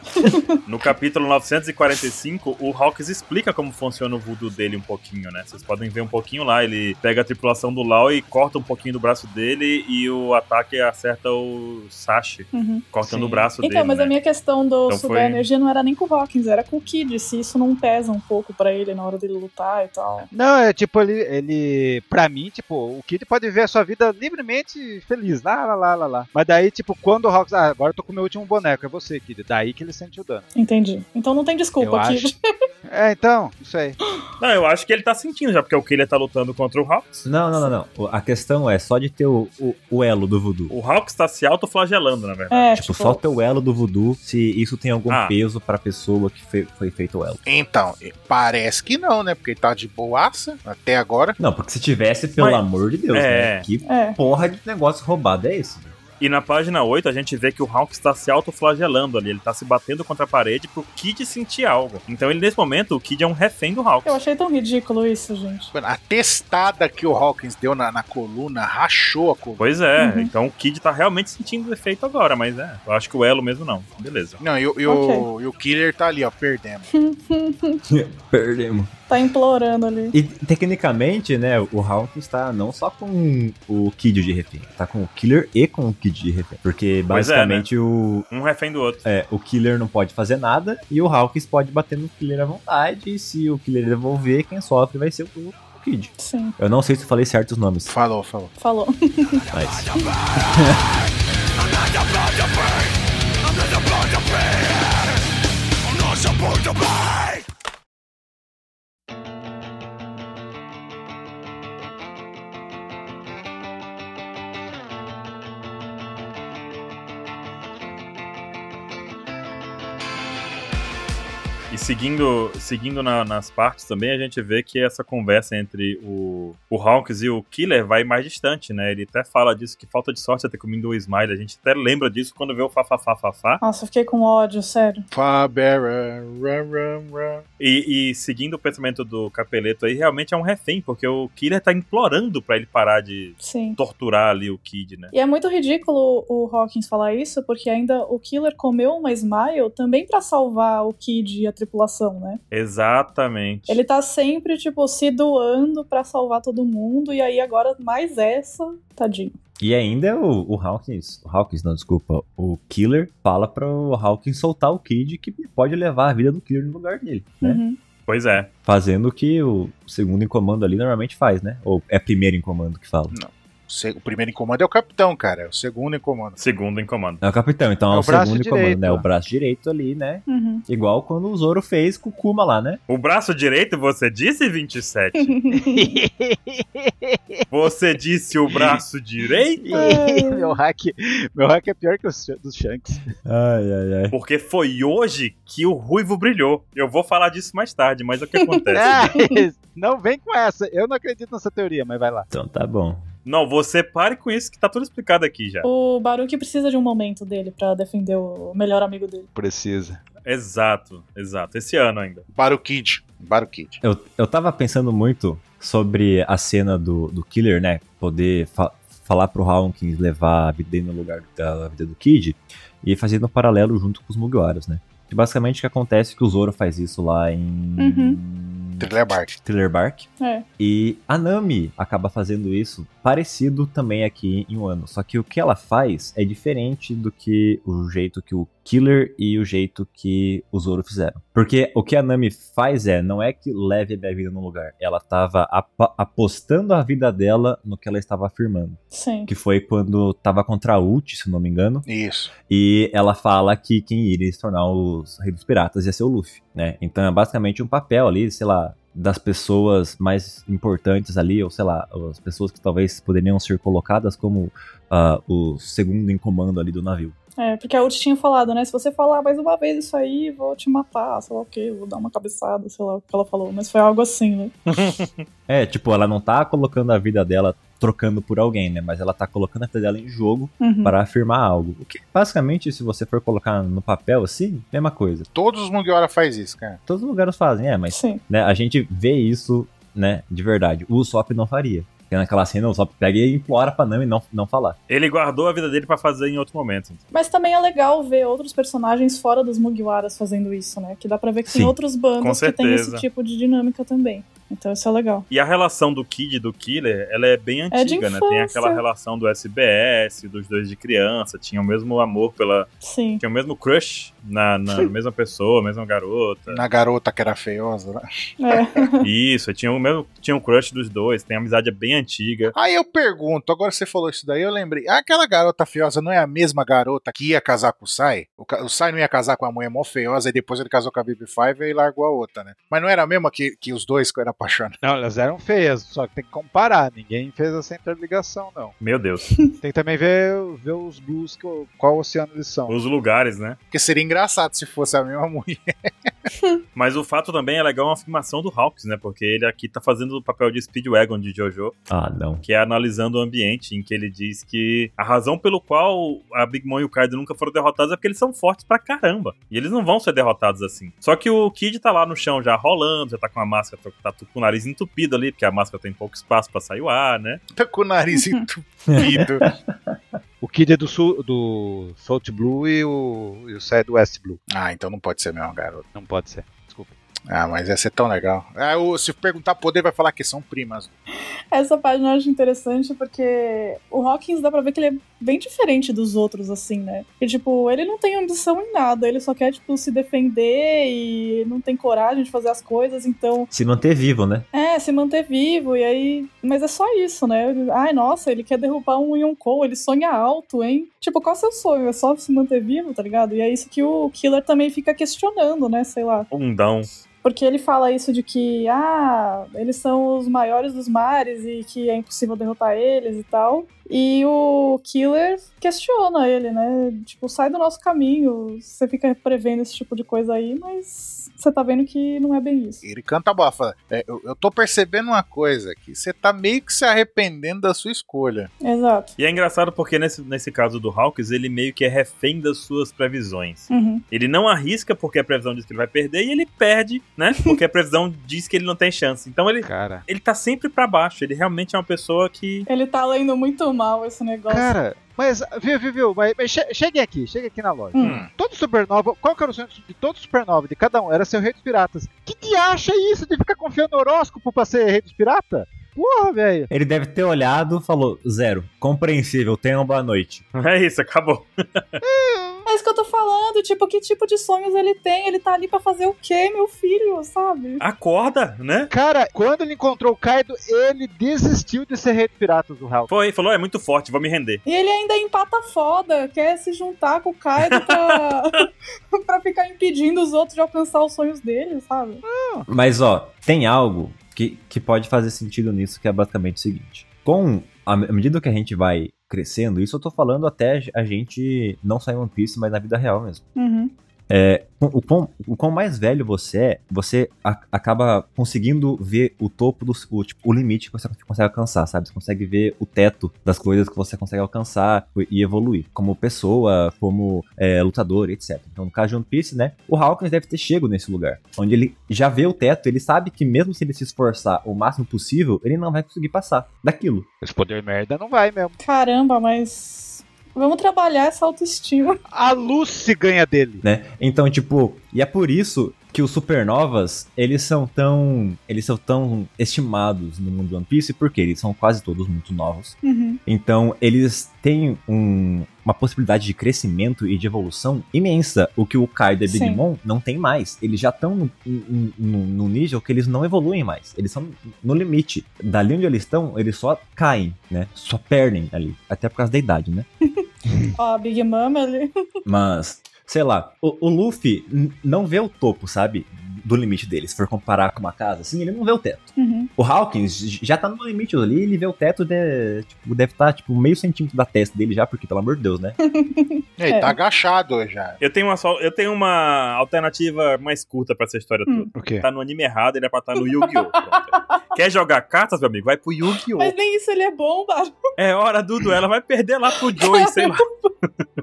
S1: No capítulo 945, o Hawks explica como funciona o voodoo dele um pouquinho, né? Vocês podem ver um pouquinho lá. Ele pega a tripulação do Lau e corta um pouquinho do braço dele e o ataque acerta o Sashi,
S2: uhum.
S1: cortando
S4: Sim.
S1: o braço
S2: Então,
S1: dele.
S2: mas
S1: né?
S2: a minha questão do
S1: Então
S2: sugar
S1: foi-
S2: energia não era nem com o Hawkins, era com o Kid, se isso não pesa um pouco pra ele na hora dele lutar e tal.
S4: Não, é tipo, ele, ele. Pra mim, tipo, o Kid pode viver a sua vida livremente feliz. Lá, lá, lá, lá, lá. Mas daí, tipo, quando o Hawks. Ah, agora eu tô com o meu último boneco, é você, Kid. Daí que ele sente o dano.
S2: Entendi. Então não tem desculpa,
S4: Eu
S2: Kid.
S4: É, então, isso aí.
S1: Não, eu acho que ele tá sentindo já, porque o Killer tá lutando contra o Hawks.
S6: Não, não, não, não. O- A questão é só de ter o, o, o elo do voodoo.
S1: O Hawks tá se autoflagelando, na verdade.
S2: É,
S6: Tipo, só ter o elo do voodoo, se isso tem algum
S1: Ah.
S6: peso pra pessoa que fe- foi feito o elo.
S5: Então, parece que não, né? Porque ele tá de boaça até agora.
S6: Não, porque se tivesse, pelo
S1: Mas-
S6: amor de Deus,
S1: É.
S6: né? Que
S2: É.
S6: porra de negócio roubado é isso?
S1: E na página 8 a gente vê que o Hawks tá se autoflagelando ali. Ele tá se batendo contra a parede pro Kid sentir algo. Então ele, nesse momento, o Kid é um refém do Hawks.
S2: Eu achei tão ridículo isso, gente.
S5: Mano, A testada que o Hawkins deu na, na coluna rachou a coluna.
S1: Pois é,
S2: Uhum.
S1: então o Kid tá realmente sentindo o efeito agora, mas é. Eu acho que o Elo mesmo não. então Beleza.
S5: Não, e, o- e o, e o Killer tá ali, ó, perdendo.
S6: Perdemos.
S2: Tá implorando ali.
S6: E tecnicamente, né, o Hawkins está não só com o Kid de refém, tá com o Killer e com o Kid de refém. Porque
S1: Pois é,
S6: basicamente o.
S1: Um refém do outro.
S6: é, o Killer não pode fazer nada e o Hawkins pode bater no Killer à vontade. E se o Killer devolver, quem sofre vai ser o o Kid.
S2: Sim,
S6: Eu não sei se eu falei certos nomes,
S5: Falou, falou.
S2: falou.
S6: mas.
S1: E seguindo, seguindo na- nas partes também, a gente vê que essa conversa entre o, o Hawks e o Killer vai mais distante, né? Ele até fala disso, que falta de sorte é ter comido o Smile. A gente até lembra disso quando vê o Fafafafafá.
S2: Nossa, eu fiquei com ódio, sério.
S5: Fabera, ram, ram, ram.
S1: E, e seguindo o pensamento do Capeleto aí, realmente é um refém, porque o Killer tá implorando pra ele parar de
S2: Sim.
S1: torturar ali o Kid, né?
S2: E é muito ridículo o Hawkins falar isso, porque ainda o Killer comeu uma Smile também pra salvar o Kid e a tripulação, né?
S1: Exatamente.
S2: Ele tá sempre, tipo, se doando pra salvar todo mundo, e aí agora mais essa, tadinho.
S6: E ainda é o, o Hawkins, o Hawkins não, desculpa, o Killer fala pro Hawkins soltar o Kid que pode levar a vida do Killer no lugar dele, né?
S2: Uhum.
S1: Pois é.
S6: Fazendo o que o segundo em comando ali normalmente faz, né? Ou é primeiro em comando que fala.
S5: Se- O primeiro em comando é o capitão, cara. É o segundo em comando.
S1: Segundo em comando.
S6: É o capitão, então é,
S4: É
S6: o,
S4: o braço
S6: segundo em comando,
S4: direito,
S6: né?
S4: ó.
S6: O braço direito ali, né?
S2: Uhum.
S6: Igual quando o Zoro fez com o Kuma lá, né?
S1: O braço direito, você disse 27? Você disse o braço direito?
S4: meu hack, meu hack é pior que o do Shanks.
S6: Ai, ai, ai.
S1: Porque foi hoje que o ruivo brilhou. Eu vou falar disso mais tarde,
S2: Ah.
S1: mas é o que acontece.
S4: não vem com essa. Eu não acredito nessa teoria, mas vai lá.
S6: Então tá bom.
S1: Não, você pare com isso que tá tudo explicado aqui já.
S2: O Baruque precisa de um momento dele pra defender o melhor amigo dele.
S4: Precisa.
S1: Exato, exato. Esse ano ainda.
S5: Barukid. Barukid.
S6: Eu, eu tava pensando muito sobre a cena do, do Killer, né? Poder fa- falar pro Hawkins levar a vida dele no lugar da vida do Kid e fazendo um paralelo junto com os Mugiwaras, né? Que basicamente o que acontece é que o Zoro faz isso lá em.
S5: Thriller Bark.
S6: Thriller Bark.
S2: É.
S6: E a Nami acaba fazendo isso parecido também aqui em um ano. Só que o que ela faz é diferente do que o jeito que o Killer e o jeito que o Zoro fizeram. Porque o que a Nami faz é, não é que leve a minha vida num lugar. Ela tava apa- apostando a vida dela no que ela estava afirmando.
S2: Sim.
S6: Que foi quando tava contra a Ult, se não me engano.
S5: Isso.
S6: E ela fala que quem iria se tornar os Rei dos Piratas ia ser o Luffy, né? Então é basicamente um papel ali, sei lá, das pessoas mais importantes ali, ou sei lá, as pessoas que talvez poderiam ser colocadas como ah, o segundo em comando ali do navio.
S2: É, porque a Ult tinha falado, né? Se você falar mais uma vez isso aí, vou te matar, sei lá o quê, vou dar uma cabeçada, sei lá o que ela falou. Mas foi algo assim, né?
S6: É, tipo, ela não tá colocando a vida dela trocando por alguém, né? Mas ela tá colocando a vida dela em jogo
S2: Uhum.
S6: para afirmar algo. O que, basicamente, se você for colocar no papel assim, mesma coisa.
S5: Todos os Mugiwara faz isso, cara.
S6: Todos os lugares fazem, é, mas
S2: Sim.
S6: né? A gente vê isso, né, de verdade. O Usopp não faria. Porque naquela cena o Usopp pega e implora pra Nami não, não falar.
S1: Ele guardou a vida dele pra fazer em outro momento.
S2: Mas também é legal ver outros personagens fora dos Mugiwaras fazendo isso, né? Que dá pra ver que
S6: Sim,
S2: tem outros
S1: com
S2: bandos que tem esse
S1: certeza.
S2: tipo de dinâmica também. Então isso é legal.
S1: E a relação do Kid e do Killer, ela é bem
S2: É de
S1: antiga, né? Tem
S2: infância.
S1: aquela relação do SBS, dos dois de criança, tinha o mesmo amor pela.
S2: Sim.
S1: Tinha o mesmo crush na, na mesma pessoa, mesma garota.
S5: Na garota que era feiosa, né?
S2: É.
S1: Isso, tinha o mesmo. Tinha um crush dos dois, tem amizade é bem antiga.
S5: Aí eu pergunto, agora você falou isso daí, eu lembrei. Aquela garota feiosa não é a mesma garota que ia casar com o Sai? O, ca- o Sai não ia casar com a mulher mó feiosa e depois ele casou com a Bibi Five e largou a outra, né? Mas não era a mesma que, que os dois que eram apaixonados?
S4: Não, elas eram feias, só que tem que comparar. Ninguém fez essa interligação, não.
S1: Meu Deus.
S4: Tem que também ver, ver os blues, que, o- qual oceano eles são.
S1: Os lugares, né?
S5: Porque seria engraçado se fosse a mesma mulher.
S1: Mas o fato também é legal uma afirmação do Hawks, né? Porque ele aqui tá fazendo o papel de Speedwagon de Jojo,
S6: Ah, não.
S1: que é analisando o ambiente, em que ele diz que a razão pelo qual a Big Mom e o Kaido nunca foram derrotados é porque eles são fortes pra caramba. E eles não vão ser derrotados assim. Só que o Kid tá lá no chão já rolando, já tá com a máscara, tá- tá com o nariz entupido ali, porque a máscara tem pouco espaço pra sair o ar, né?
S5: Tá com o nariz entupido.
S4: O Kid é do, sul, do Salt Blue e o, e o Sai é do West Blue.
S5: ah, então não pode ser a mesma garota.
S4: Não pode ser. Desculpa.
S5: Ah, mas ia ser tão legal. Ah, o- se perguntar poder, vai falar que são primas.
S2: Essa página eu acho interessante porque o Hawkins dá pra ver que ele é bem diferente dos outros, assim, né? Que, tipo, ele não tem ambição em nada, ele só quer, tipo, se defender e não tem coragem de fazer as coisas, então
S6: Se manter vivo, né?
S2: É, se manter vivo, e aí. Mas é só isso, né? Ele- Ai, nossa, ele quer derrubar um Yonkou, ele sonha alto, hein? Tipo, qual é o seu sonho? É só se manter vivo, tá ligado? E é isso que o Killer também fica questionando, né? Sei lá.
S1: Bundão.
S2: Porque ele fala isso de que, ah, eles são os maiores dos mares e que é impossível derrotar eles e tal. E o Killer questiona ele, né? Tipo, sai do nosso caminho, você fica prevendo esse tipo de coisa aí, mas você tá vendo que não é bem isso.
S5: Ele canta a bola, fala, é, eu, eu tô percebendo uma coisa aqui. Você tá meio que se arrependendo da sua escolha.
S2: Exato.
S1: E é engraçado porque nesse, nesse caso do Hawks, ele meio que é refém das suas previsões.
S2: Uhum.
S1: Ele não arrisca porque a previsão diz que ele vai perder e ele perde, né? Porque a previsão diz que ele não tem chance. Então ele,
S4: Cara.
S1: ele tá sempre pra baixo. Ele realmente é uma pessoa que.
S2: Ele tá lendo muito mal esse negócio.
S4: Cara, mas, viu, viu, viu? Mas, mas che- cheguem aqui, cheguem aqui na loja.
S2: Hum.
S4: Todo supernova, qual que era o sonho de todo supernova de cada um? Era ser o rei dos piratas. Que que acha isso de ficar confiando no horóscopo pra ser rei dos piratas? Porra, velho.
S6: Ele deve ter olhado falou, zero, compreensível, tenha uma boa noite.
S1: É isso, acabou.
S2: É isso que eu tô falando, tipo, que tipo de sonhos ele tem? Ele tá ali pra fazer o quê, meu filho, sabe?
S1: Acorda, né?
S4: Cara, quando ele encontrou o Kaido, ele desistiu de ser rei dos piratas do Hulk.
S1: Foi, falou, é muito forte, vou me render.
S2: E ele ainda empata foda, quer se juntar com o Kaido pra, pra ficar impedindo os outros de alcançar os sonhos dele, sabe?
S6: Mas ó, tem algo que, que pode fazer sentido nisso, que é basicamente o seguinte. Com a à medida que a gente vai crescendo, isso eu tô falando até a gente não só em One Piece, mas na vida real mesmo. É, o, quão, o quão mais velho você é, você a- acaba conseguindo ver o topo do o, tipo, o limite que você consegue alcançar, sabe? Você consegue ver o teto das coisas que você consegue alcançar e evoluir, como pessoa, como é, lutador, etc. Então, no caso de One Piece, né? O Hawkins deve ter chego nesse lugar, onde ele já vê o teto, ele sabe que mesmo se ele se esforçar o máximo possível, ele não vai conseguir passar daquilo.
S4: Esse poder merda não vai mesmo.
S2: Caramba, mas. Vamos trabalhar essa autoestima.
S4: A Lucy ganha dele.
S6: né? Então, tipo, e é por isso que os supernovas, eles são tão, eles são tão estimados no mundo de One Piece, porque eles são quase todos muito novos.
S2: Uhum.
S6: Então, eles têm um- uma possibilidade de crescimento e de evolução imensa, o que o Kaido e Big
S2: Sim.
S6: Mom não tem mais. Eles já estão num- num num- num nível que eles não evoluem mais. Eles são no limite. Dali onde eles estão, eles só caem, né? Só perdem ali, até por causa da idade, né?
S2: Ó, a Big Mama ali.
S6: Mas, sei lá, o, o Luffy n- não vê o topo, sabe? Do limite dele. Se for comparar com uma casa, assim, ele não vê o teto.
S2: Uhum.
S6: O Hawkins j- já tá no limite ali, ele vê o teto, de, tipo, deve estar, tipo, meio centímetro da testa dele já, porque, pelo amor de Deus, né?
S5: Ele
S2: É.
S5: tá agachado já.
S1: Eu tenho uma, só- eu tenho uma alternativa mais curta pra essa história
S2: Hum.
S1: toda.
S4: O quê?
S1: Tá no anime errado, ele é pra estar no Yu-Gi-Oh! Pronto. Quer jogar cartas, meu amigo? Vai pro Yu-Gi-Oh!
S2: Mas nem isso ele é bom, Bárbara.
S1: É hora do duelo, vai perder lá pro Joey, sei lá.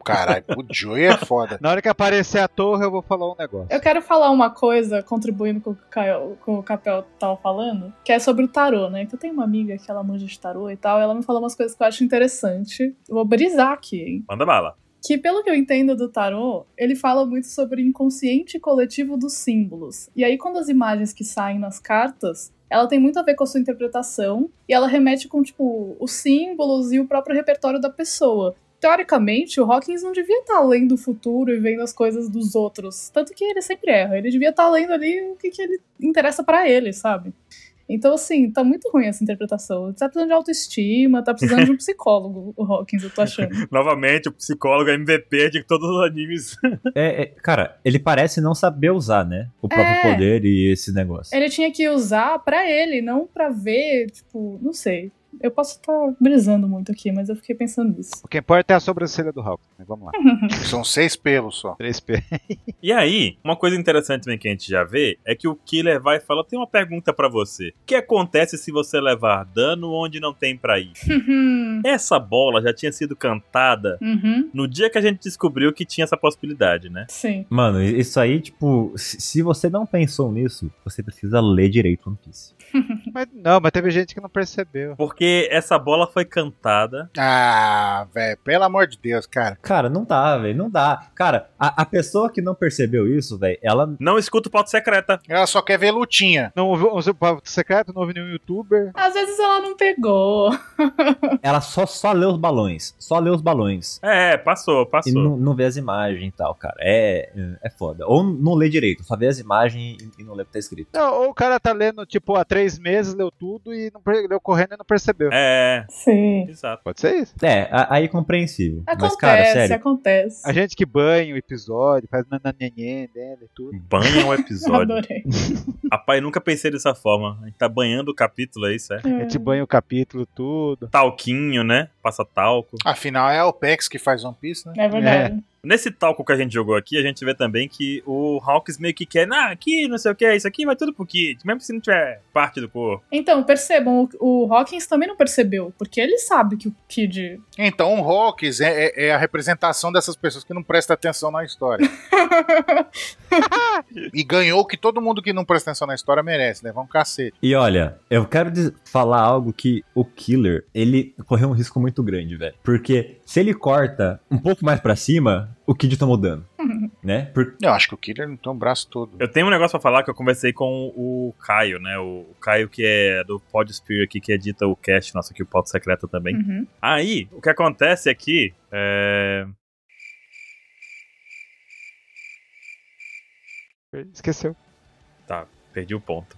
S5: Caralho, o Joey é foda.
S4: Na hora que aparecer a torre, eu vou falar um negócio.
S2: Eu quero falar uma coisa, contribuindo com o que o Caio- com o Capel tava falando, que é sobre o tarô, né? Que eu tenho uma amiga que ela manja de tarô e tal, e ela me falou umas coisas que eu acho interessante. Eu Vou brisar aqui, hein?
S1: Manda bala.
S2: Que pelo que eu entendo do tarô, ele fala muito sobre o inconsciente coletivo dos símbolos. E aí, quando as imagens que saem nas cartas, ela tem muito a ver com a sua interpretação, e ela remete com, tipo, os símbolos e o próprio repertório da pessoa teoricamente, o Hawkins não devia estar lendo o futuro e vendo as coisas dos outros. Tanto que ele sempre erra. Ele devia estar lendo ali o que, que ele interessa pra ele, sabe? Então, assim, tá muito ruim essa interpretação. Tá precisando de autoestima, tá precisando de um psicólogo, o Hawkins, eu tô achando.
S1: Novamente, o psicólogo MVP de todos os animes.
S6: É, é, cara, ele parece não saber usar, né? O próprio
S2: É.
S6: poder e esse negócio.
S2: Ele tinha que usar pra ele, não pra ver, tipo, não sei. Eu posso estar brisando muito aqui, mas eu fiquei pensando nisso.
S4: O que importa é a sobrancelha do Hulk. né? Vamos lá.
S5: São seis pelos só.
S4: 3P.
S1: E aí, uma coisa interessante também que a gente já vê é que o Killer vai e fala: tem uma pergunta pra você. O que acontece se você levar dano onde não tem pra ir?
S2: Uhum.
S1: Essa bola já tinha sido cantada
S2: Uhum.
S1: no dia que a gente descobriu que tinha essa possibilidade, né?
S2: Sim.
S6: Mano, isso aí, tipo, se se você não pensou nisso, você precisa ler direito One Piece.
S4: Mas, não, mas teve gente que não percebeu.
S1: Porque essa bola foi cantada.
S5: Ah, velho, pelo amor de Deus, cara.
S6: Cara, não dá, velho, não dá. Cara, a, a pessoa que não percebeu isso, velho, ela
S1: Não escuta o pauta secreta.
S5: Ela só quer ver lutinha.
S4: Não ouviu um papo secreto, não ouviu nenhum youtuber.
S2: Às vezes ela não pegou.
S6: Ela só, só lê os balões. Só lê os balões.
S1: É, passou,
S6: E
S1: passou.
S6: não, não vê as imagens e tal, cara. É, é foda. Ou não lê direito, só vê as imagens e, e não lê o que tá escrito.
S4: Não, ou o cara tá lendo, tipo, há três meses, leu tudo e não per- leu correndo e não percebeu.
S1: É,
S2: Sim.
S1: exato.
S4: Pode ser isso.
S6: É, a- aí é compreensível.
S2: Acontece,
S6: Mas, cara, sério. é
S2: acontece.
S4: A gente que banha o episódio, faz nananhenhen dela e tudo.
S1: Banha o episódio.
S2: Adorei.
S1: Rapaz, nunca pensei dessa forma. A gente tá banhando o capítulo, é isso, é?
S4: A
S2: Hum.
S6: tipo,
S4: gente banha o capítulo, tudo.
S1: Talquinho, né? Passa talco.
S5: Afinal, é o Pex que faz One Piece, né?
S2: É verdade.
S1: Nesse talco que a gente jogou aqui, a gente vê também que o Hawks meio que quer, ah, aqui, não sei o que, isso aqui vai tudo pro kit, mesmo se não tiver parte do corpo.
S2: Então, percebam, o, o Hawkins também não percebeu, porque ele sabe que o Kid.
S5: Então, o Hawks é, é- é a representação dessas pessoas que não prestam atenção na história. e ganhou o que todo mundo que não presta atenção na história merece, levar um cacete.
S6: E olha, eu quero diz- falar algo que o Killer, ele correu um risco muito grande, velho. Porque se ele corta um pouco mais pra cima, o Kid tomou dano. né? Por-
S5: Eu acho que o Killer não tem um braço todo.
S1: Eu tenho um negócio pra falar que eu conversei com o Caio, né? O Caio que é do Pod Spear aqui, que edita o cast nosso aqui, o Pauta Secreta também.
S2: Uhum.
S1: Aí, o que acontece aqui é.
S4: Esqueceu.
S1: Perdi o ponto.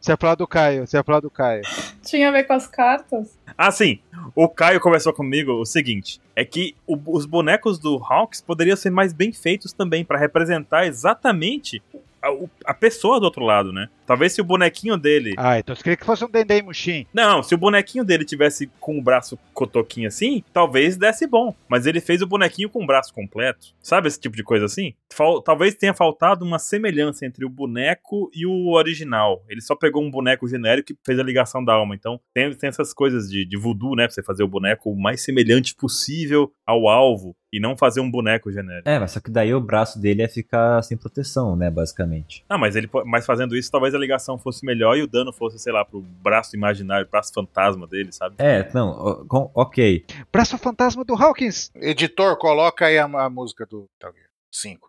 S4: Você ia falar do Caio, você ia falar do Caio.
S2: Tinha a ver com as cartas?
S1: Ah, sim. O Caio conversou comigo o seguinte: é que o- os bonecos do Hawks poderiam ser mais bem feitos também, pra representar exatamente a, o- a a pessoa do outro lado, né? Talvez se o bonequinho dele.
S4: Ah, então você queria que fosse um Dendê Mushin.
S1: Não, se o bonequinho dele tivesse com o braço cotoquinho assim, talvez desse bom. Mas ele fez o bonequinho com o braço completo. Sabe esse tipo de coisa assim? Fal- talvez tenha faltado uma semelhança entre o boneco e o original. Ele só pegou um boneco genérico e fez a ligação da alma. Então tem, tem essas coisas de, de voodoo, né? Pra você fazer o boneco o mais semelhante possível ao alvo e não fazer um boneco genérico.
S6: É, mas só que daí o braço dele ia ficar sem proteção, né, basicamente.
S1: Ah, mas ele po- mas fazendo isso, talvez a ligação fosse melhor e o dano fosse, sei lá, pro braço imaginário, braço fantasma dele, sabe?
S6: É, não, o- com- ok.
S4: Braço fantasma do Hawkins.
S5: Editor, coloca aí a, a música do Metal Gear 5.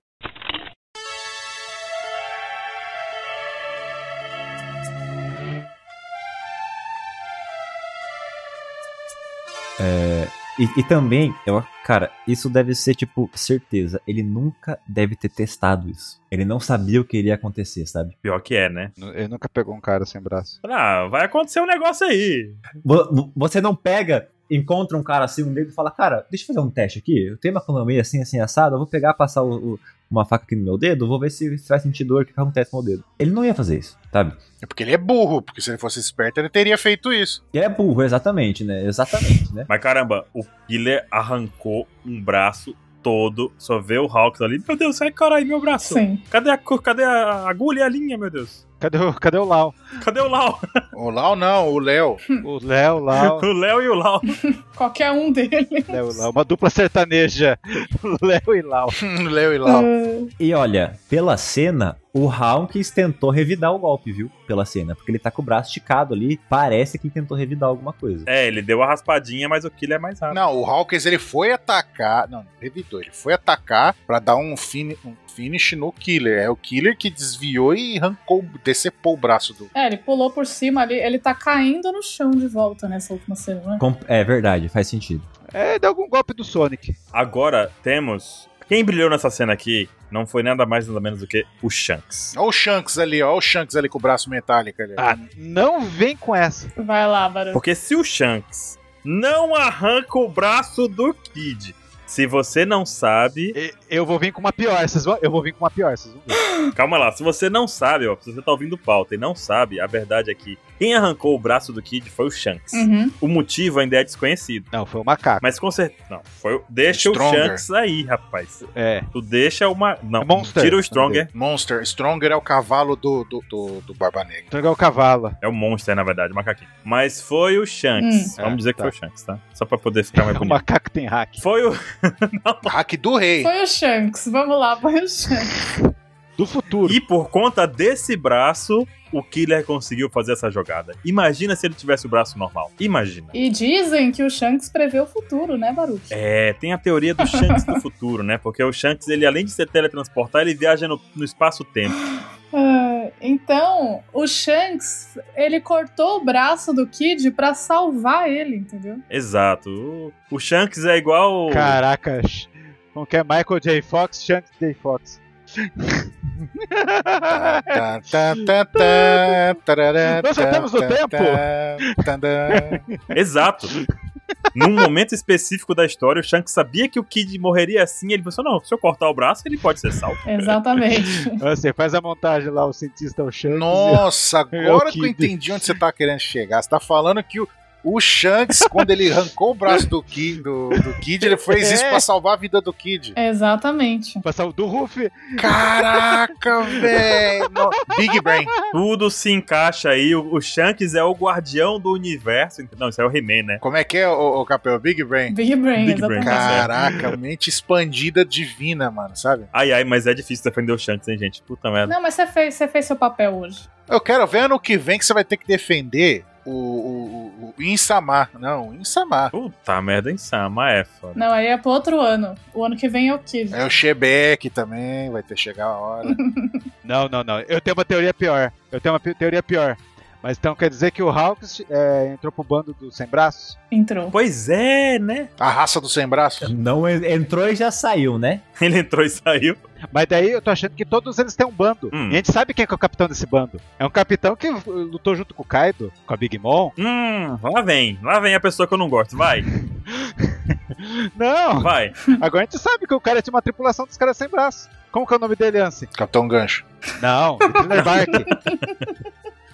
S6: E, e também, eu, cara, isso deve ser, tipo, certeza. Ele nunca deve ter testado isso. Ele não sabia o que iria acontecer, sabe?
S1: Pior que é, né?
S4: Nu- Ele nunca pegou um cara sem braço.
S1: Ah, vai acontecer um negócio aí.
S6: Vo- Você não pega, encontra um cara assim, um negro, e fala, cara, deixa eu fazer um teste aqui. Eu tenho uma economia assim, assim, assada, eu vou pegar, passar o- o- uma faca aqui no meu dedo, vou ver se, se vai sentir dor, o que acontece com o meu dedo. Ele não ia fazer isso, sabe?
S5: É porque ele é burro, porque se ele fosse esperto, ele teria feito isso.
S6: E é burro, exatamente, né? Exatamente, né?
S1: Mas caramba, o Killer arrancou um braço todo, só vê o Hawks ali. Meu Deus, sai, caralho, meu
S6: Ah,
S1: braço.
S2: Sim.
S1: Cadê a, cor- cadê a agulha e a linha, meu Deus?
S4: Cadê o, cadê o Lau?
S1: Cadê o Lau?
S5: O Lau não, o Léo.
S4: O Léo, Lau,
S1: O Léo e o Lau.
S2: Qualquer um dele.
S4: Léo, Lau. Uma dupla sertaneja. Léo e Lau.
S5: O Léo e Lau.
S2: É,
S6: E olha, pela cena, o Hawkins tentou revidar o golpe, viu? Pela cena, porque ele tá com o braço esticado ali, parece que ele tentou revidar alguma coisa.
S1: É, ele deu a raspadinha, mas o Killer é mais rápido.
S5: Não, o Hawkins ele foi atacar. Não, não revidou. Ele foi atacar pra dar um, fini- um finish no Killer. É o Killer que desviou e arrancou, decepou o braço do.
S2: é, ele pulou por cima ali, ele tá caindo no chão de volta nessa última cena, né?
S6: Com- É verdade, faz sentido.
S4: É, deu algum golpe do Sonic.
S1: Agora temos. Quem brilhou nessa cena aqui não foi nada mais nada menos do que o Shanks.
S5: Olha o Shanks ali, ó. Olha o Shanks ali com o braço metálico ali.
S4: Ah, não vem com essa.
S2: Vai lá, Barão.
S1: Porque se o Shanks não arranca o braço do Kid, se você não sabe,
S4: E- Eu vou vir com uma pior, vocês vão, eu vou vir com uma pior, vocês vão ver.
S1: Calma lá, se você não sabe, ó, se você tá ouvindo pauta e não sabe, a verdade é que quem arrancou o braço do Kid foi o Shanks.
S2: Uhum.
S1: O motivo ainda é desconhecido.
S4: Não, foi o macaco.
S1: Mas com certeza. Não, foi o. Deixa
S5: Stronger.
S1: o Shanks aí, rapaz.
S4: É.
S1: Tu deixa uma. Não,
S4: É Monster.
S1: tira o Stronger.
S5: Monster. Stronger é o cavalo do, do, do, do Barba Negra.
S4: Então é o cavalo.
S1: É o Monster, na verdade, o macaquinho. Mas foi o Shanks.
S4: Hum.
S1: Vamos
S4: É,
S1: dizer que
S4: tá. É,
S1: foi o Shanks, tá? Só pra poder ficar mais
S4: O
S1: bonito.
S4: macaco tem hack.
S1: Foi o.
S5: Hack do rei.
S2: Foi o Shanks, vamos lá, foi o Shanks.
S4: Do futuro.
S1: E por conta desse braço, o Killer conseguiu fazer essa jogada. Imagina se ele tivesse o braço normal. Imagina.
S2: E dizem que o Shanks prevê o futuro, né, Baruch?
S1: É, tem a teoria do Shanks do futuro, né? Porque o Shanks, ele além de se teletransportar, ele viaja no, no espaço-tempo.
S2: Ah, então, o Shanks, ele cortou o braço do Kid pra salvar ele, entendeu?
S1: Exato. O, o Shanks é igual.
S4: Caraca. sh- Como que é Michael J. Fox, Shanks J. Fox.
S5: Tá, tá, tá, tá, tá, tarará,
S4: Nós voltamos no
S5: tá,
S4: tempo?
S5: tá, tá, tá.
S1: Exato. Num momento específico da história, o Shanks sabia que o Kid morreria assim. Ele pensou: não, se eu cortar o braço, ele pode ser salvo.
S2: Exatamente.
S4: Você faz a montagem lá, o cientista, o Shanks.
S5: Nossa,
S4: É o
S5: agora que eu
S4: Kid.
S5: entendi onde você tá querendo chegar. Você tá falando que o, o Shanks, quando ele arrancou o braço do Kid, do, do Kid ele fez isso
S4: É.
S5: pra salvar a vida do Kid.
S2: Exatamente.
S4: Passar o do Ruff.
S5: Caraca, velho! No- Big Brain.
S1: Tudo se encaixa aí. O, o Shanks é o guardião do universo. Não, isso é o He-Man, né?
S5: Como é que é, o, Capel? Big Brain?
S2: Big Brain, tá
S1: Big Brain.
S2: exatamente.
S5: Caraca, mente expandida divina, mano, sabe?
S1: Ai, ai, mas é difícil defender o Shanks, hein, gente? Puta merda.
S2: Não, mas você fez, você fez seu papel hoje.
S5: Eu quero ver ano que vem que você vai ter que defender o, o, o, o Insamar. Não, o Insamar.
S1: Puta merda, insama, é foda.
S2: Não, aí é pro outro ano. O ano que vem é o Kid.
S5: É o Shebeck também, vai ter que chegar a hora.
S4: Não, não, não. Eu tenho uma teoria pior. Eu tenho uma pi- teoria pior. Mas então quer dizer que o Hawks é, entrou pro bando dos sem braços?
S2: Entrou.
S1: Pois é, né?
S5: A raça do sem braço?
S6: Não en- entrou e já saiu, né?
S1: Ele entrou e saiu.
S4: Mas daí eu tô achando que todos eles têm um bando.
S1: Hum.
S4: E a gente sabe quem que é o capitão desse bando. É um capitão que uh, lutou junto com o Kaido, com a Big Mom.
S1: Hum, lá vem, lá vem a pessoa que eu não gosto. Vai,
S4: Não!
S1: vai.
S4: Agora a gente sabe que o cara tinha uma tripulação dos caras sem braço. Como que é o nome dele, Anse?
S5: Capitão Gancho.
S4: Não, Thriller Bark.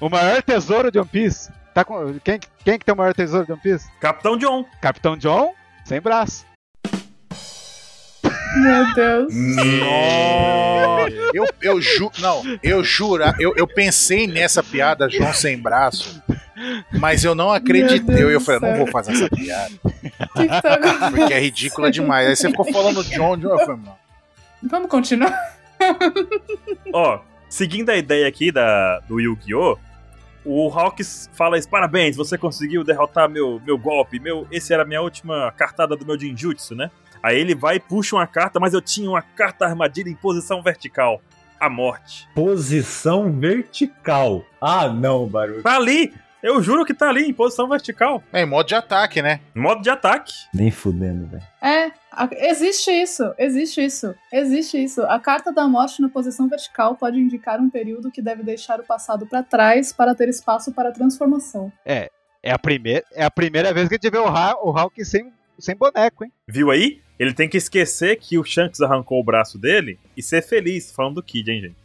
S4: o maior tesouro de One Piece. Tá com... quem, quem que tem o maior tesouro de One Piece?
S1: Capitão John.
S4: Capitão John, sem braço.
S2: Meu Deus.
S5: Eu, eu ju, não, eu jura, eu, eu pensei nessa piada João sem braço, mas eu não acreditei.
S2: Deus
S5: Eu
S2: do
S5: falei, não
S2: céu.
S5: vou fazer essa piada,
S2: O que que tá acontecendo?
S5: porque é ridícula demais. Aí você ficou falando John, John, eu falei, não.
S2: Vamos continuar?
S1: Ó, seguindo a ideia aqui da, do Yu-Gi-Oh! O Hawks fala isso, parabéns, você conseguiu derrotar meu, meu golpe, meu, esse era a minha última cartada do meu ninjutsu, né? Aí ele vai e puxa uma carta, mas eu tinha uma carta armadilha em posição vertical. A morte.
S6: Posição vertical. Ah, não, Baruch.
S1: Tá ali! Eu juro que tá ali, em posição vertical.
S5: É em modo de ataque, né?
S1: Modo de ataque.
S6: Nem fudendo, velho.
S2: É, a- existe isso, existe isso, existe isso. A carta da morte na posição vertical pode indicar um período que deve deixar o passado pra trás para ter espaço para a transformação.
S4: É a primeira, é a primeira vez que a gente vê o, Ha- o Hulk sem, sem boneco, hein?
S1: Viu aí? Ele tem que esquecer que o Shanks arrancou o braço dele e ser feliz, falando do Kid, hein, gente?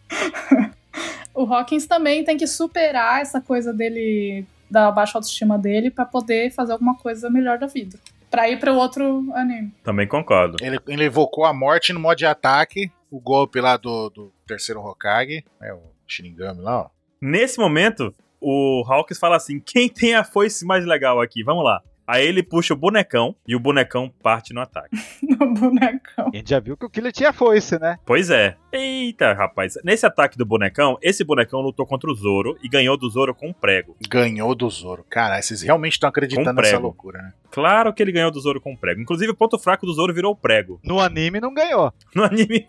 S2: O Hawkins também tem que superar essa coisa dele, da baixa autoestima dele, pra poder fazer alguma coisa melhor da vida. Pra ir pro outro anime.
S1: Também concordo.
S5: Ele, ele evocou a morte no modo de ataque, o golpe lá do, do terceiro Hokage, né, o Shinigami lá, ó.
S1: Nesse momento, o Hawks fala assim: quem tem a foice mais legal aqui? Vamos lá. Aí ele puxa o bonecão e o bonecão parte no ataque.
S2: No bonecão.
S4: A gente já viu que o Killer tinha foice, né?
S1: Pois é. Eita, rapaz. Nesse ataque do bonecão, esse bonecão lutou contra o Zoro e ganhou do Zoro com um prego.
S5: Ganhou do Zoro. Caralho, vocês realmente estão acreditando
S1: Com
S5: nessa
S1: prego.
S5: loucura, né?
S1: Claro que ele ganhou do Zoro com um prego. Inclusive, o ponto fraco do Zoro virou o prego.
S4: No anime não ganhou.
S1: No anime.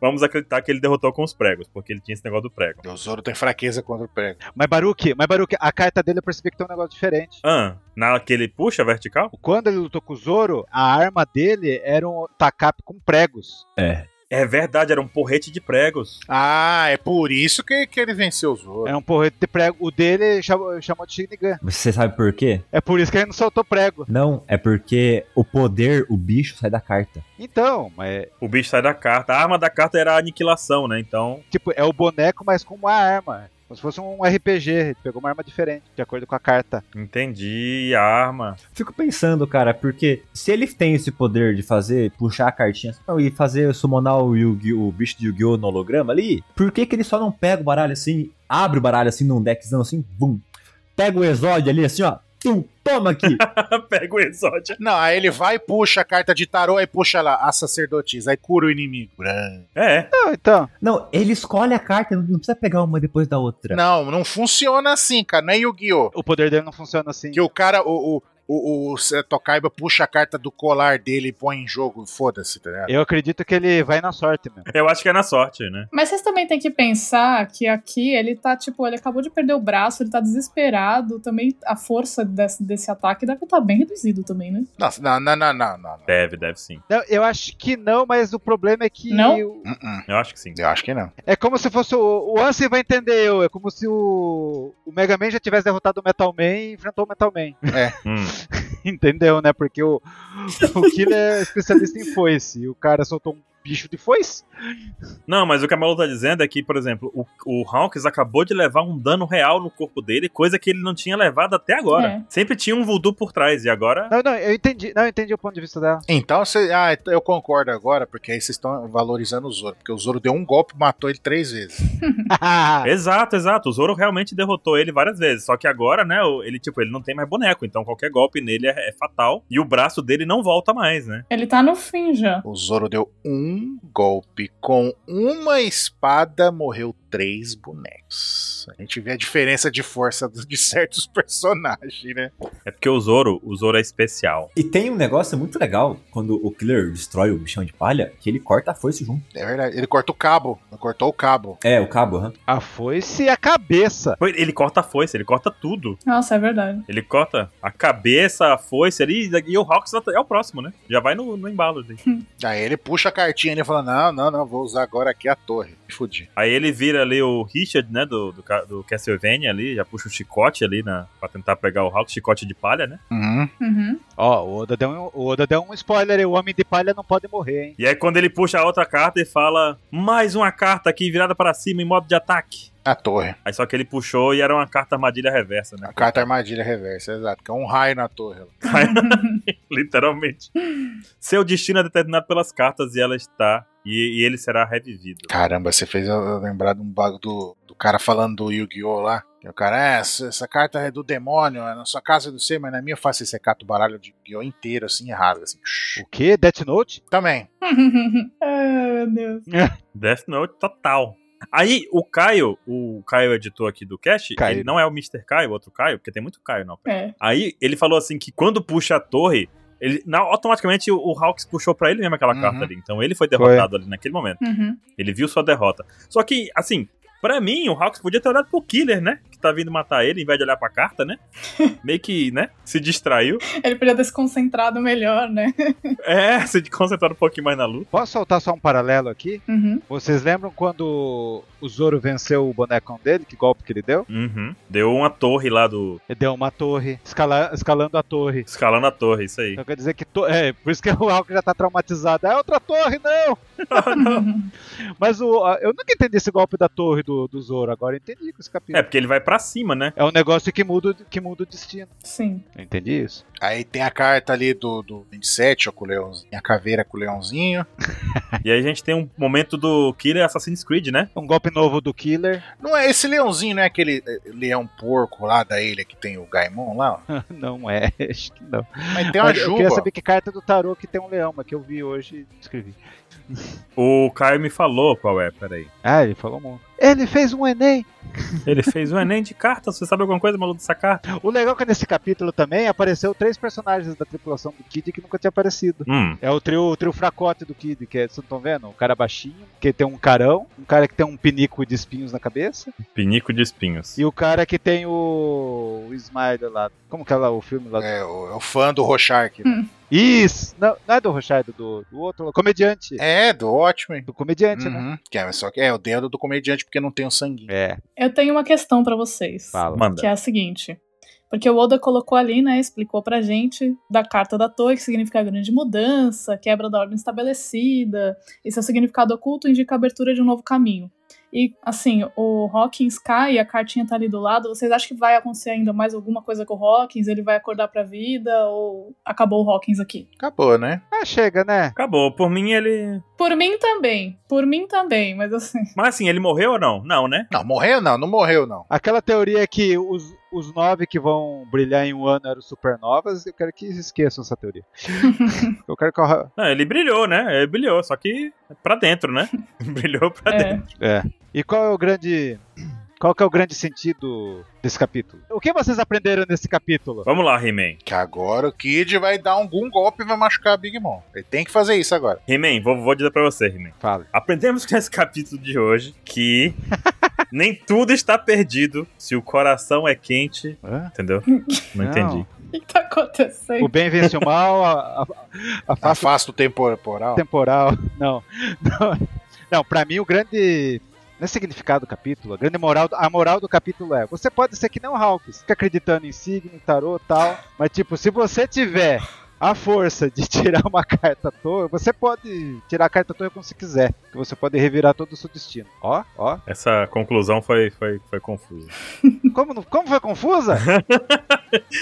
S1: Vamos acreditar que ele derrotou com os pregos, porque ele tinha esse negócio do prego.
S5: O Zoro tem fraqueza contra o prego.
S4: Mas Baruque, mas Baruque, a carta dele eu percebi que tem um negócio diferente.
S1: Ah, naquele puxa vertical?
S4: Quando ele lutou com o Zoro, a arma dele era um tacape com pregos.
S6: É.
S1: É verdade, era um porrete de pregos.
S5: Ah, é por isso que, que ele venceu o Zoro.
S4: Era um porrete de prego. O dele chamou, chamou de Shinigan.
S6: Você sabe por quê?
S4: É por isso que ele não soltou prego.
S6: Não, é porque o poder, o bicho, sai da carta.
S4: Então, mas
S1: O bicho sai da carta. A arma da carta era a aniquilação, né? Então
S4: Tipo, é o boneco, mas com uma arma. Como se fosse um RPG. Ele Pegou uma arma diferente, de acordo com a carta.
S1: Entendi, a arma.
S6: Fico pensando, cara, porque se ele tem esse poder de fazer, puxar a cartinha não, e fazer summonar o, Yu-Gi-Oh, o bicho de Yu-Gi-Oh no holograma ali, por que, que ele só não pega o baralho assim, abre o baralho assim num deckzão assim, bum, pega o exódio ali assim, ó, tum, toma aqui.
S1: Pega o exódio.
S5: Não, aí ele vai e puxa a carta de tarô, aí puxa lá a sacerdotisa, aí cura o inimigo. Bran.
S1: É,
S4: Não, então.
S6: não, ele escolhe a carta, não precisa pegar uma depois da outra.
S5: Não, não funciona assim, cara. Nem Yu-Gi-Oh!
S4: O poder dele não funciona assim.
S5: Que o cara, o, o, o, o Seto Kaiba puxa a carta do colar dele e põe em jogo. Foda-se, tá ligado?
S4: Eu acredito que ele vai na sorte, mesmo.
S1: eu acho que é na sorte, né?
S2: Mas vocês também têm que pensar que aqui ele tá, tipo, ele acabou de perder o braço, ele tá desesperado, também a força desse, desse ataque deve estar bem reduzido também, né?
S5: Nossa, Não, não, não, não, não. não.
S1: Deve, deve sim.
S4: Não, eu acho que não, mas o problema é que.
S2: Não?
S4: o-
S5: Uh-uh.
S1: Eu acho que sim.
S5: Eu acho que não.
S4: É como se fosse. O, o Ansem vai entender eu. É como se o, o Mega Man já tivesse derrotado o Metal Man e enfrentou o Metal Man.
S1: Hum.
S4: Entendeu, né? Porque o, o Killer é especialista em foice. E o cara soltou um bicho de foice.
S1: Não, mas o que a Malu tá dizendo é que, por exemplo, o, o Hawks acabou de levar um dano real no corpo dele, coisa que ele não tinha levado até agora. Sempre tinha um voodoo por trás, e agora.
S4: Não, não, eu entendi. Não, eu entendi o ponto de vista dela.
S5: Então, cê, ah, então eu concordo agora, porque aí vocês estão valorizando o Zoro. Porque o Zoro deu um golpe e matou ele três vezes.
S6: Ah.
S1: Exato, exato. O Zoro realmente derrotou ele várias vezes. Só que agora, né, o- ele, tipo, ele não tem mais boneco, então qualquer golpe nele é, é fatal. E o braço dele não volta mais, né?
S2: Ele tá no fim já.
S5: O Zoro deu um golpe com uma espada, morreu três bonecos. A gente vê a diferença de força de certos personagens, né?
S1: É porque o Zoro, o Zoro é especial.
S6: E tem um negócio muito legal quando o Killer destrói o bichão de palha, que ele corta a foice junto.
S5: É verdade. Ele corta o cabo. Ele cortou o cabo.
S6: É, o cabo, aham.
S4: A foice e a cabeça.
S1: Pô, Ele corta a foice, ele corta tudo.
S2: Nossa, é verdade.
S1: Ele corta a cabeça, a foice ali, e o Hawks é o próximo, né? Já vai no, no embalo. Assim.
S5: Aí ele puxa a cartinha e fala: Não, não, não, vou usar agora aqui a torre. Me fudi.
S1: Aí ele vira ali o Richard, né, do, do, ca- do Castlevania ali, já puxa um chicote ali na, pra tentar pegar o Hulk, chicote de palha, né?
S5: Uhum.
S2: Uhum.
S4: Ó, o Oda, deu um, o Oda deu um spoiler aí, o Homem de Palha não pode morrer, hein?
S1: E aí quando ele puxa a outra carta e fala, mais uma carta aqui virada para cima em modo de ataque.
S5: A torre.
S1: Aí só que ele puxou e era uma carta armadilha reversa, né?
S5: A carta armadilha reversa, exato. Que é um raio na torre.
S1: Literalmente. Seu destino é determinado pelas cartas e ela está. E, e ele será revivido.
S5: Caramba, você fez eu lembrar de um bagulho do, do cara falando do Yu-Gi-Oh! lá. Que o cara, é, essa, essa carta é do demônio, é na sua casa eu não sei, mas na minha eu faço esse cato baralho de Yu-Gi-Oh! inteiro, assim, errado, assim.
S4: O quê? Death Note?
S5: Também.
S2: Ai, meu Deus.
S1: Death Note total. Aí, o Caio, o Caio editor aqui do cast,
S4: Caio.
S1: ele não é o Mr. Caio, outro Caio, porque tem muito Caio, não.
S2: É.
S1: Aí, ele falou assim que quando puxa a torre, ele, na- automaticamente o, o Hawks puxou pra ele mesmo aquela
S5: Uhum.
S1: carta ali. Então, ele foi derrotado ali naquele momento.
S2: Uhum.
S1: Ele viu sua derrota. Só que, assim, pra mim, o Hawks podia ter olhado pro Killer, né? Que tá vindo matar ele, em vez de olhar pra carta, né? Meio que, né? Se distraiu.
S2: Ele podia ter se concentrado melhor, né?
S1: É, se concentrar um pouquinho mais na luta.
S4: Posso soltar só um paralelo aqui?
S2: Uhum.
S4: Vocês lembram quando o Zoro venceu o bonecão dele? Que golpe que ele deu?
S1: Uhum. Deu uma torre lá do.
S4: Ele deu uma torre, escala- escalando a torre.
S1: Escalando a torre, isso aí.
S4: Então quer dizer que. to- É, por isso que o Hulk já tá traumatizado. É outra torre, não!
S2: Uhum.
S4: Mas o, a- eu nunca entendi esse golpe da torre do, do Zoro, agora eu entendi com esse
S1: É,
S4: capítulo.
S1: porque ele vai pra cima, né?
S4: É, um negócio que muda, o- que muda o destino.
S2: Sim.
S4: Eu entendi isso.
S5: Aí tem a carta ali do, do 27, ó, com o leãozinho, a caveira com o leãozinho.
S1: E aí a gente tem um momento do Killer Assassin's Creed, né?
S4: Um golpe novo do Killer.
S5: Não é esse leãozinho, não é aquele eh, leão porco lá da ilha que tem o Gaimon lá? ó?
S4: Não é, acho que não.
S5: Mas tem uma
S4: Mas eu queria
S5: juba.
S4: saber que carta do tarô que tem um leão, mas que eu vi hoje e escrevi.
S1: O Caio me falou qual é, peraí.
S4: Ah, ele falou muito. Ele fez um Enem!
S1: Ele fez um Enem de cartas. Você sabe alguma coisa, maluco, dessa carta?
S4: O legal é que nesse capítulo também apareceu três personagens da tripulação do Kid que nunca tinha aparecido.
S1: Hum.
S4: É o trio, o trio fracote do Kid, que é, vocês não estão vendo? Um cara baixinho, que tem um carão, um cara que tem um pinico de espinhos na cabeça,
S1: Pinico de espinhos.
S4: e o cara que tem o, o Smiley lá. Como que é lá o filme lá?
S5: É, o, é o fã do Rochark.
S2: Hum.
S4: Isso! Não, não é do Rochard, do, do outro, lá, comediante.
S5: É, do Watchmen.
S4: Do comediante, né?
S5: Uhum. Que é, só que é o dedo do comediante porque não tem o sanguinho.
S4: É,
S2: Eu tenho uma questão pra vocês.
S4: fala.
S1: Manda.
S2: Que é a seguinte. Porque o Oda colocou ali, né? Explicou pra gente da carta da torre, que significa grande mudança, quebra da ordem estabelecida. E seu significado oculto indica a abertura de um novo caminho. E, assim, o Hawkins cai, a cartinha tá ali do lado. Vocês acham que vai acontecer ainda mais alguma coisa com o Hawkins? Ele vai acordar pra vida? Ou acabou o Hawkins aqui?
S5: Acabou, né?
S4: Ah, chega, né?
S1: Acabou. Por mim, ele.
S2: Por mim também. Por mim também, mas assim.
S1: Mas assim, ele morreu ou não? Não, né?
S5: Não, morreu não, não morreu não.
S4: Aquela teoria é que os, os nove que vão brilhar em um ano eram supernovas, eu quero que esqueçam essa teoria. eu quero que eu...
S1: Não, ele brilhou, né? Ele brilhou, só que pra dentro, né? brilhou pra dentro.
S2: É.
S4: É. E qual é o grande. Qual que é o grande sentido desse capítulo? O que vocês aprenderam nesse capítulo?
S1: Vamos lá, He-Man.
S5: Que agora o Kid vai dar algum golpe e vai machucar a Big Mom. Ele tem que fazer isso agora.
S1: He-Man, vou, vou dizer pra você, He-Man.
S4: Fala.
S1: Aprendemos com esse capítulo de hoje que nem tudo está perdido se o coração é quente.
S4: Hã?
S1: Entendeu? Não,
S4: Não.
S1: entendi.
S2: O que tá acontecendo?
S4: O bem vence o mal, a, a, a face
S5: Afasta o temporal.
S4: temporal. Não. Não, não pra mim o grande. Não é significado do capítulo, a grande moral. do- A moral do capítulo é: você pode ser que nem o Hawks, fica acreditando em signo, tarô tal. Mas, tipo, se você tiver a força de tirar uma carta à toa, você pode tirar a carta à toa como você quiser. Que você pode revirar todo o seu destino. Ó, ó.
S1: Essa conclusão foi, foi, foi confusa.
S4: Como, não- como foi confusa?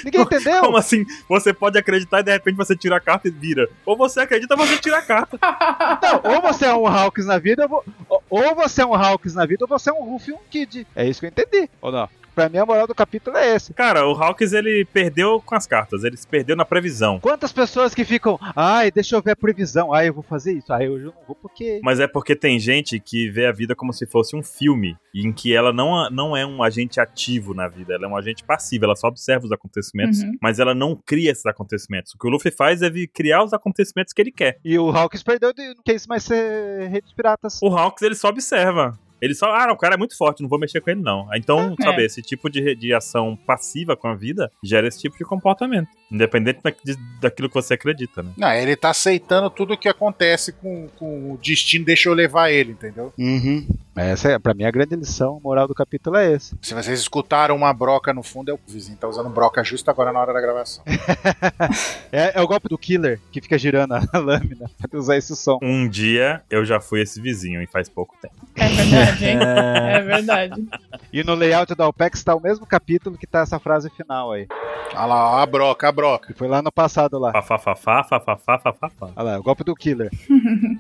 S4: Ninguém entendeu?
S1: Como assim? Você pode acreditar e de repente você tira a carta e vira. Ou você acredita, você tira a carta.
S4: Não, ou você é um Hawks na vida, ou vo- ou- ou você é um Hawks na vida, ou você é um Ruff e um Kid. É isso que eu entendi, ou não? Pra mim, a moral do capítulo é esse.
S1: Cara, o Hawks ele perdeu com as cartas, ele se perdeu na previsão.
S4: Quantas pessoas que ficam, ai, deixa eu ver a previsão, ai, eu vou fazer isso, ai, hoje eu não vou porque.
S1: Mas é porque tem gente que vê a vida como se fosse um filme, em que ela não, não é um agente ativo na vida, ela é um agente passivo, ela só observa os acontecimentos,
S2: Uhum.
S1: mas ela não cria esses acontecimentos. O que o Luffy faz é vi- criar os acontecimentos que ele quer.
S4: E o Hawks perdeu, de, não quis mais ser rei dos piratas.
S1: O Hawks ele só observa. Ele só, ah, não, o cara é muito forte, não vou mexer com ele, não. Então,
S2: É.
S1: sabe, esse tipo de, re- de ação passiva com a vida gera esse tipo de comportamento. Independente da- de- daquilo que você acredita, né?
S5: Não, ele tá aceitando tudo o que acontece com, com o destino, deixa eu levar ele, entendeu?
S7: Uhum.
S4: Essa é, pra mim, a grande lição moral do capítulo é essa.
S5: Se vocês escutaram uma broca no fundo, é o vizinho tá usando broca justo agora na hora da gravação.
S4: É, é o golpe do killer que fica girando a lâmina pra usar esse som.
S1: Um dia eu já fui esse vizinho e faz pouco tempo.
S2: É verdade, hein?
S3: É,
S2: É verdade.
S4: E no layout da OPEX tá o mesmo capítulo que tá essa frase final aí.
S5: Olha lá, ó, a broca, a broca.
S4: Que foi lá no passado lá.
S1: Fá, fá, fá, fá, fá, fá, fá, fá, fá, fá.
S4: Olha lá, o golpe do killer.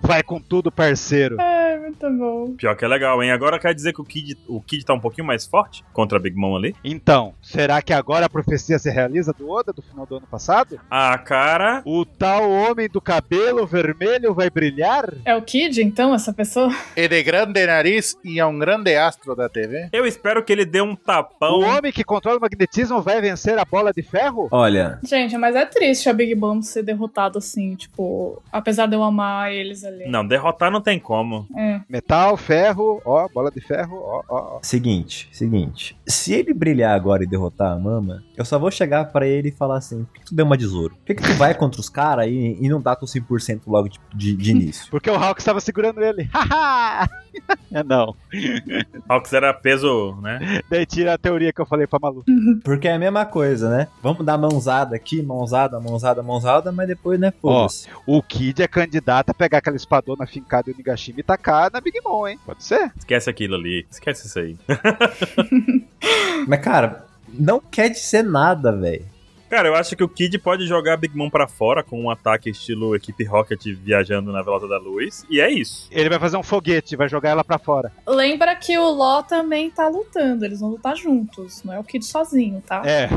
S4: Vai com tudo, parceiro.
S2: É, muito bom.
S1: Pior que é legal, hein? Agora quer dizer que o Kid, o Kid tá um pouquinho mais forte contra a Big Mom ali?
S4: Então, será que agora a profecia se realiza do Oda do final do ano passado?
S1: Ah, cara.
S4: O tal homem do cabelo vermelho vai brilhar?
S2: É o Kid, então, essa pessoa?
S5: E de grande nariz e é um grande astro da TV.
S1: Eu espero que ele dê um
S4: O
S1: tapão.
S4: homem que controla o magnetismo vai vencer a bola de ferro?
S3: olha,
S2: Gente, mas é triste a Big Mom ser derrotada assim, tipo, apesar de eu amar eles ali.
S1: Não, derrotar não tem como.
S2: É.
S4: Metal, ferro, ó, bola de ferro, ó, ó, ó.
S6: Seguinte, seguinte. Se ele brilhar agora e derrotar a mama, eu só vou chegar pra ele e falar assim: por que tu deu uma tesouro? Por que, que tu vai contra os caras e, e não dá teu 100% logo de, de- de início?
S4: Porque o Hulk estava segurando ele. Haha! É, não.
S1: Hawks era peso, né?
S4: Daí tira a teoria que eu falei pra Malu.
S6: Porque é a mesma coisa, né? Vamos dar mãozada aqui, mãozada, mãozada, mãozada, mas depois, né, foda-se.
S4: O Kid é candidato a pegar aquela espadona fincada do Nigashima e tacar na Big Mom, hein? Pode ser?
S1: Esquece aquilo ali. Esquece isso aí.
S6: Mas, cara, não quer dizer nada, velho.
S1: Cara, eu acho que o Kid pode jogar a Big Mom pra fora com um ataque estilo equipe Rocket viajando na velocidade da luz. E é isso.
S4: Ele vai fazer um foguete, vai jogar ela pra fora.
S2: Lembra que o Ló também tá lutando, eles vão lutar juntos, não é o Kid sozinho, tá?
S4: É.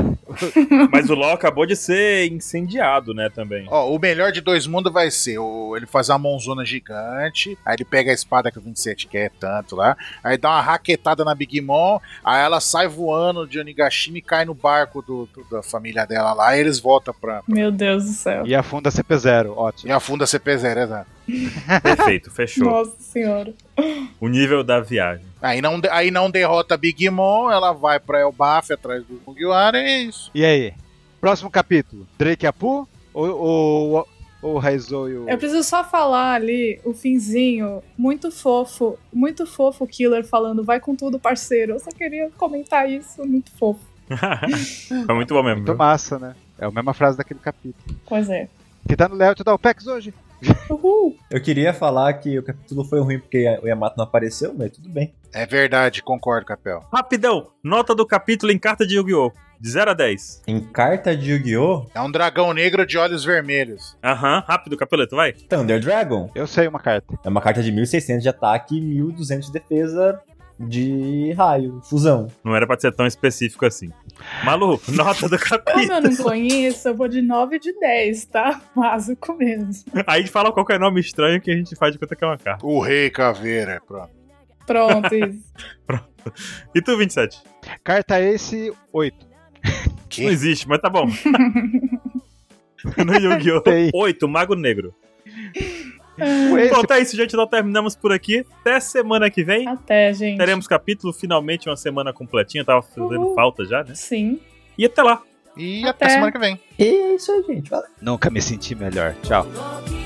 S1: Mas o LoL acabou de ser incendiado, né, também.
S5: Ó, o melhor de dois mundos vai ser o, ele fazer uma mãozona gigante, aí ele pega a espada que o 27 quer tanto lá, aí dá uma raquetada na Big Mom, aí ela sai voando de Onigashima e cai no barco do- do- da família dela lá, e eles voltam pra...
S2: Meu Deus do céu.
S4: E afunda a CP0, ótimo.
S5: E afunda a CP0, é exato.
S1: Perfeito, fechou.
S2: Nossa senhora.
S1: O nível da viagem.
S5: Aí não, de- aí não derrota a Big Mom, ela vai pra Elbaf atrás do Mugiwara, e é isso.
S4: E aí? Próximo capítulo. Drake e Apu? Ou, ou, ou o Raizou e o...
S2: Eu preciso só falar ali o finzinho, muito fofo, muito fofo o Killer falando, vai com tudo, parceiro. Eu só queria comentar isso, muito fofo.
S1: Foi muito bom mesmo.
S4: Muito
S1: viu?
S4: massa, né? É a mesma frase daquele capítulo.
S2: Pois é.
S4: Que tá no layout da OPEX hoje.
S2: Uhul!
S6: Eu queria falar que o capítulo foi ruim porque o Yamato não apareceu, mas tudo bem.
S5: É verdade, concordo, Capel.
S1: Rapidão, nota do capítulo em carta de Yu-Gi-Oh! De 0 a 10.
S6: Em carta de Yu-Gi-Oh!
S5: É um dragão negro de olhos vermelhos.
S1: Aham, rápido, capeleto, vai.
S6: Thunder Dragon
S4: Eu sei uma carta.
S6: é uma carta de 1600 de ataque e 1200 de defesa de raio, fusão.
S1: Não era pra ser tão específico assim. Malu, nota do
S2: Como eu
S1: capítulo.
S2: não conheço, eu vou de 9 de 10, tá? Básico mesmo.
S1: Aí fala qualquer nome estranho que a gente faz de conta que é uma carta.
S5: O Rei Caveira, pronto.
S2: Pronto, isso.
S1: E tu, 27?
S4: Carta Ace 8.
S1: Não
S5: Que?
S1: existe, mas tá bom. no Yu-Gi-Oh!
S4: Tem.
S1: 8, Mago Negro.
S4: O Ace,
S1: Pronto, é isso, gente. Nós terminamos por aqui. Até semana que vem.
S2: Até, gente.
S1: Teremos capítulo, finalmente, uma semana completinha. Tava fazendo
S2: Uhul.
S1: falta já, né?
S2: Sim.
S1: E até lá.
S5: E até
S2: Até.
S5: semana que vem.
S6: E é isso aí, gente. Valeu.
S4: Nunca me senti melhor. Tchau.
S8: 動き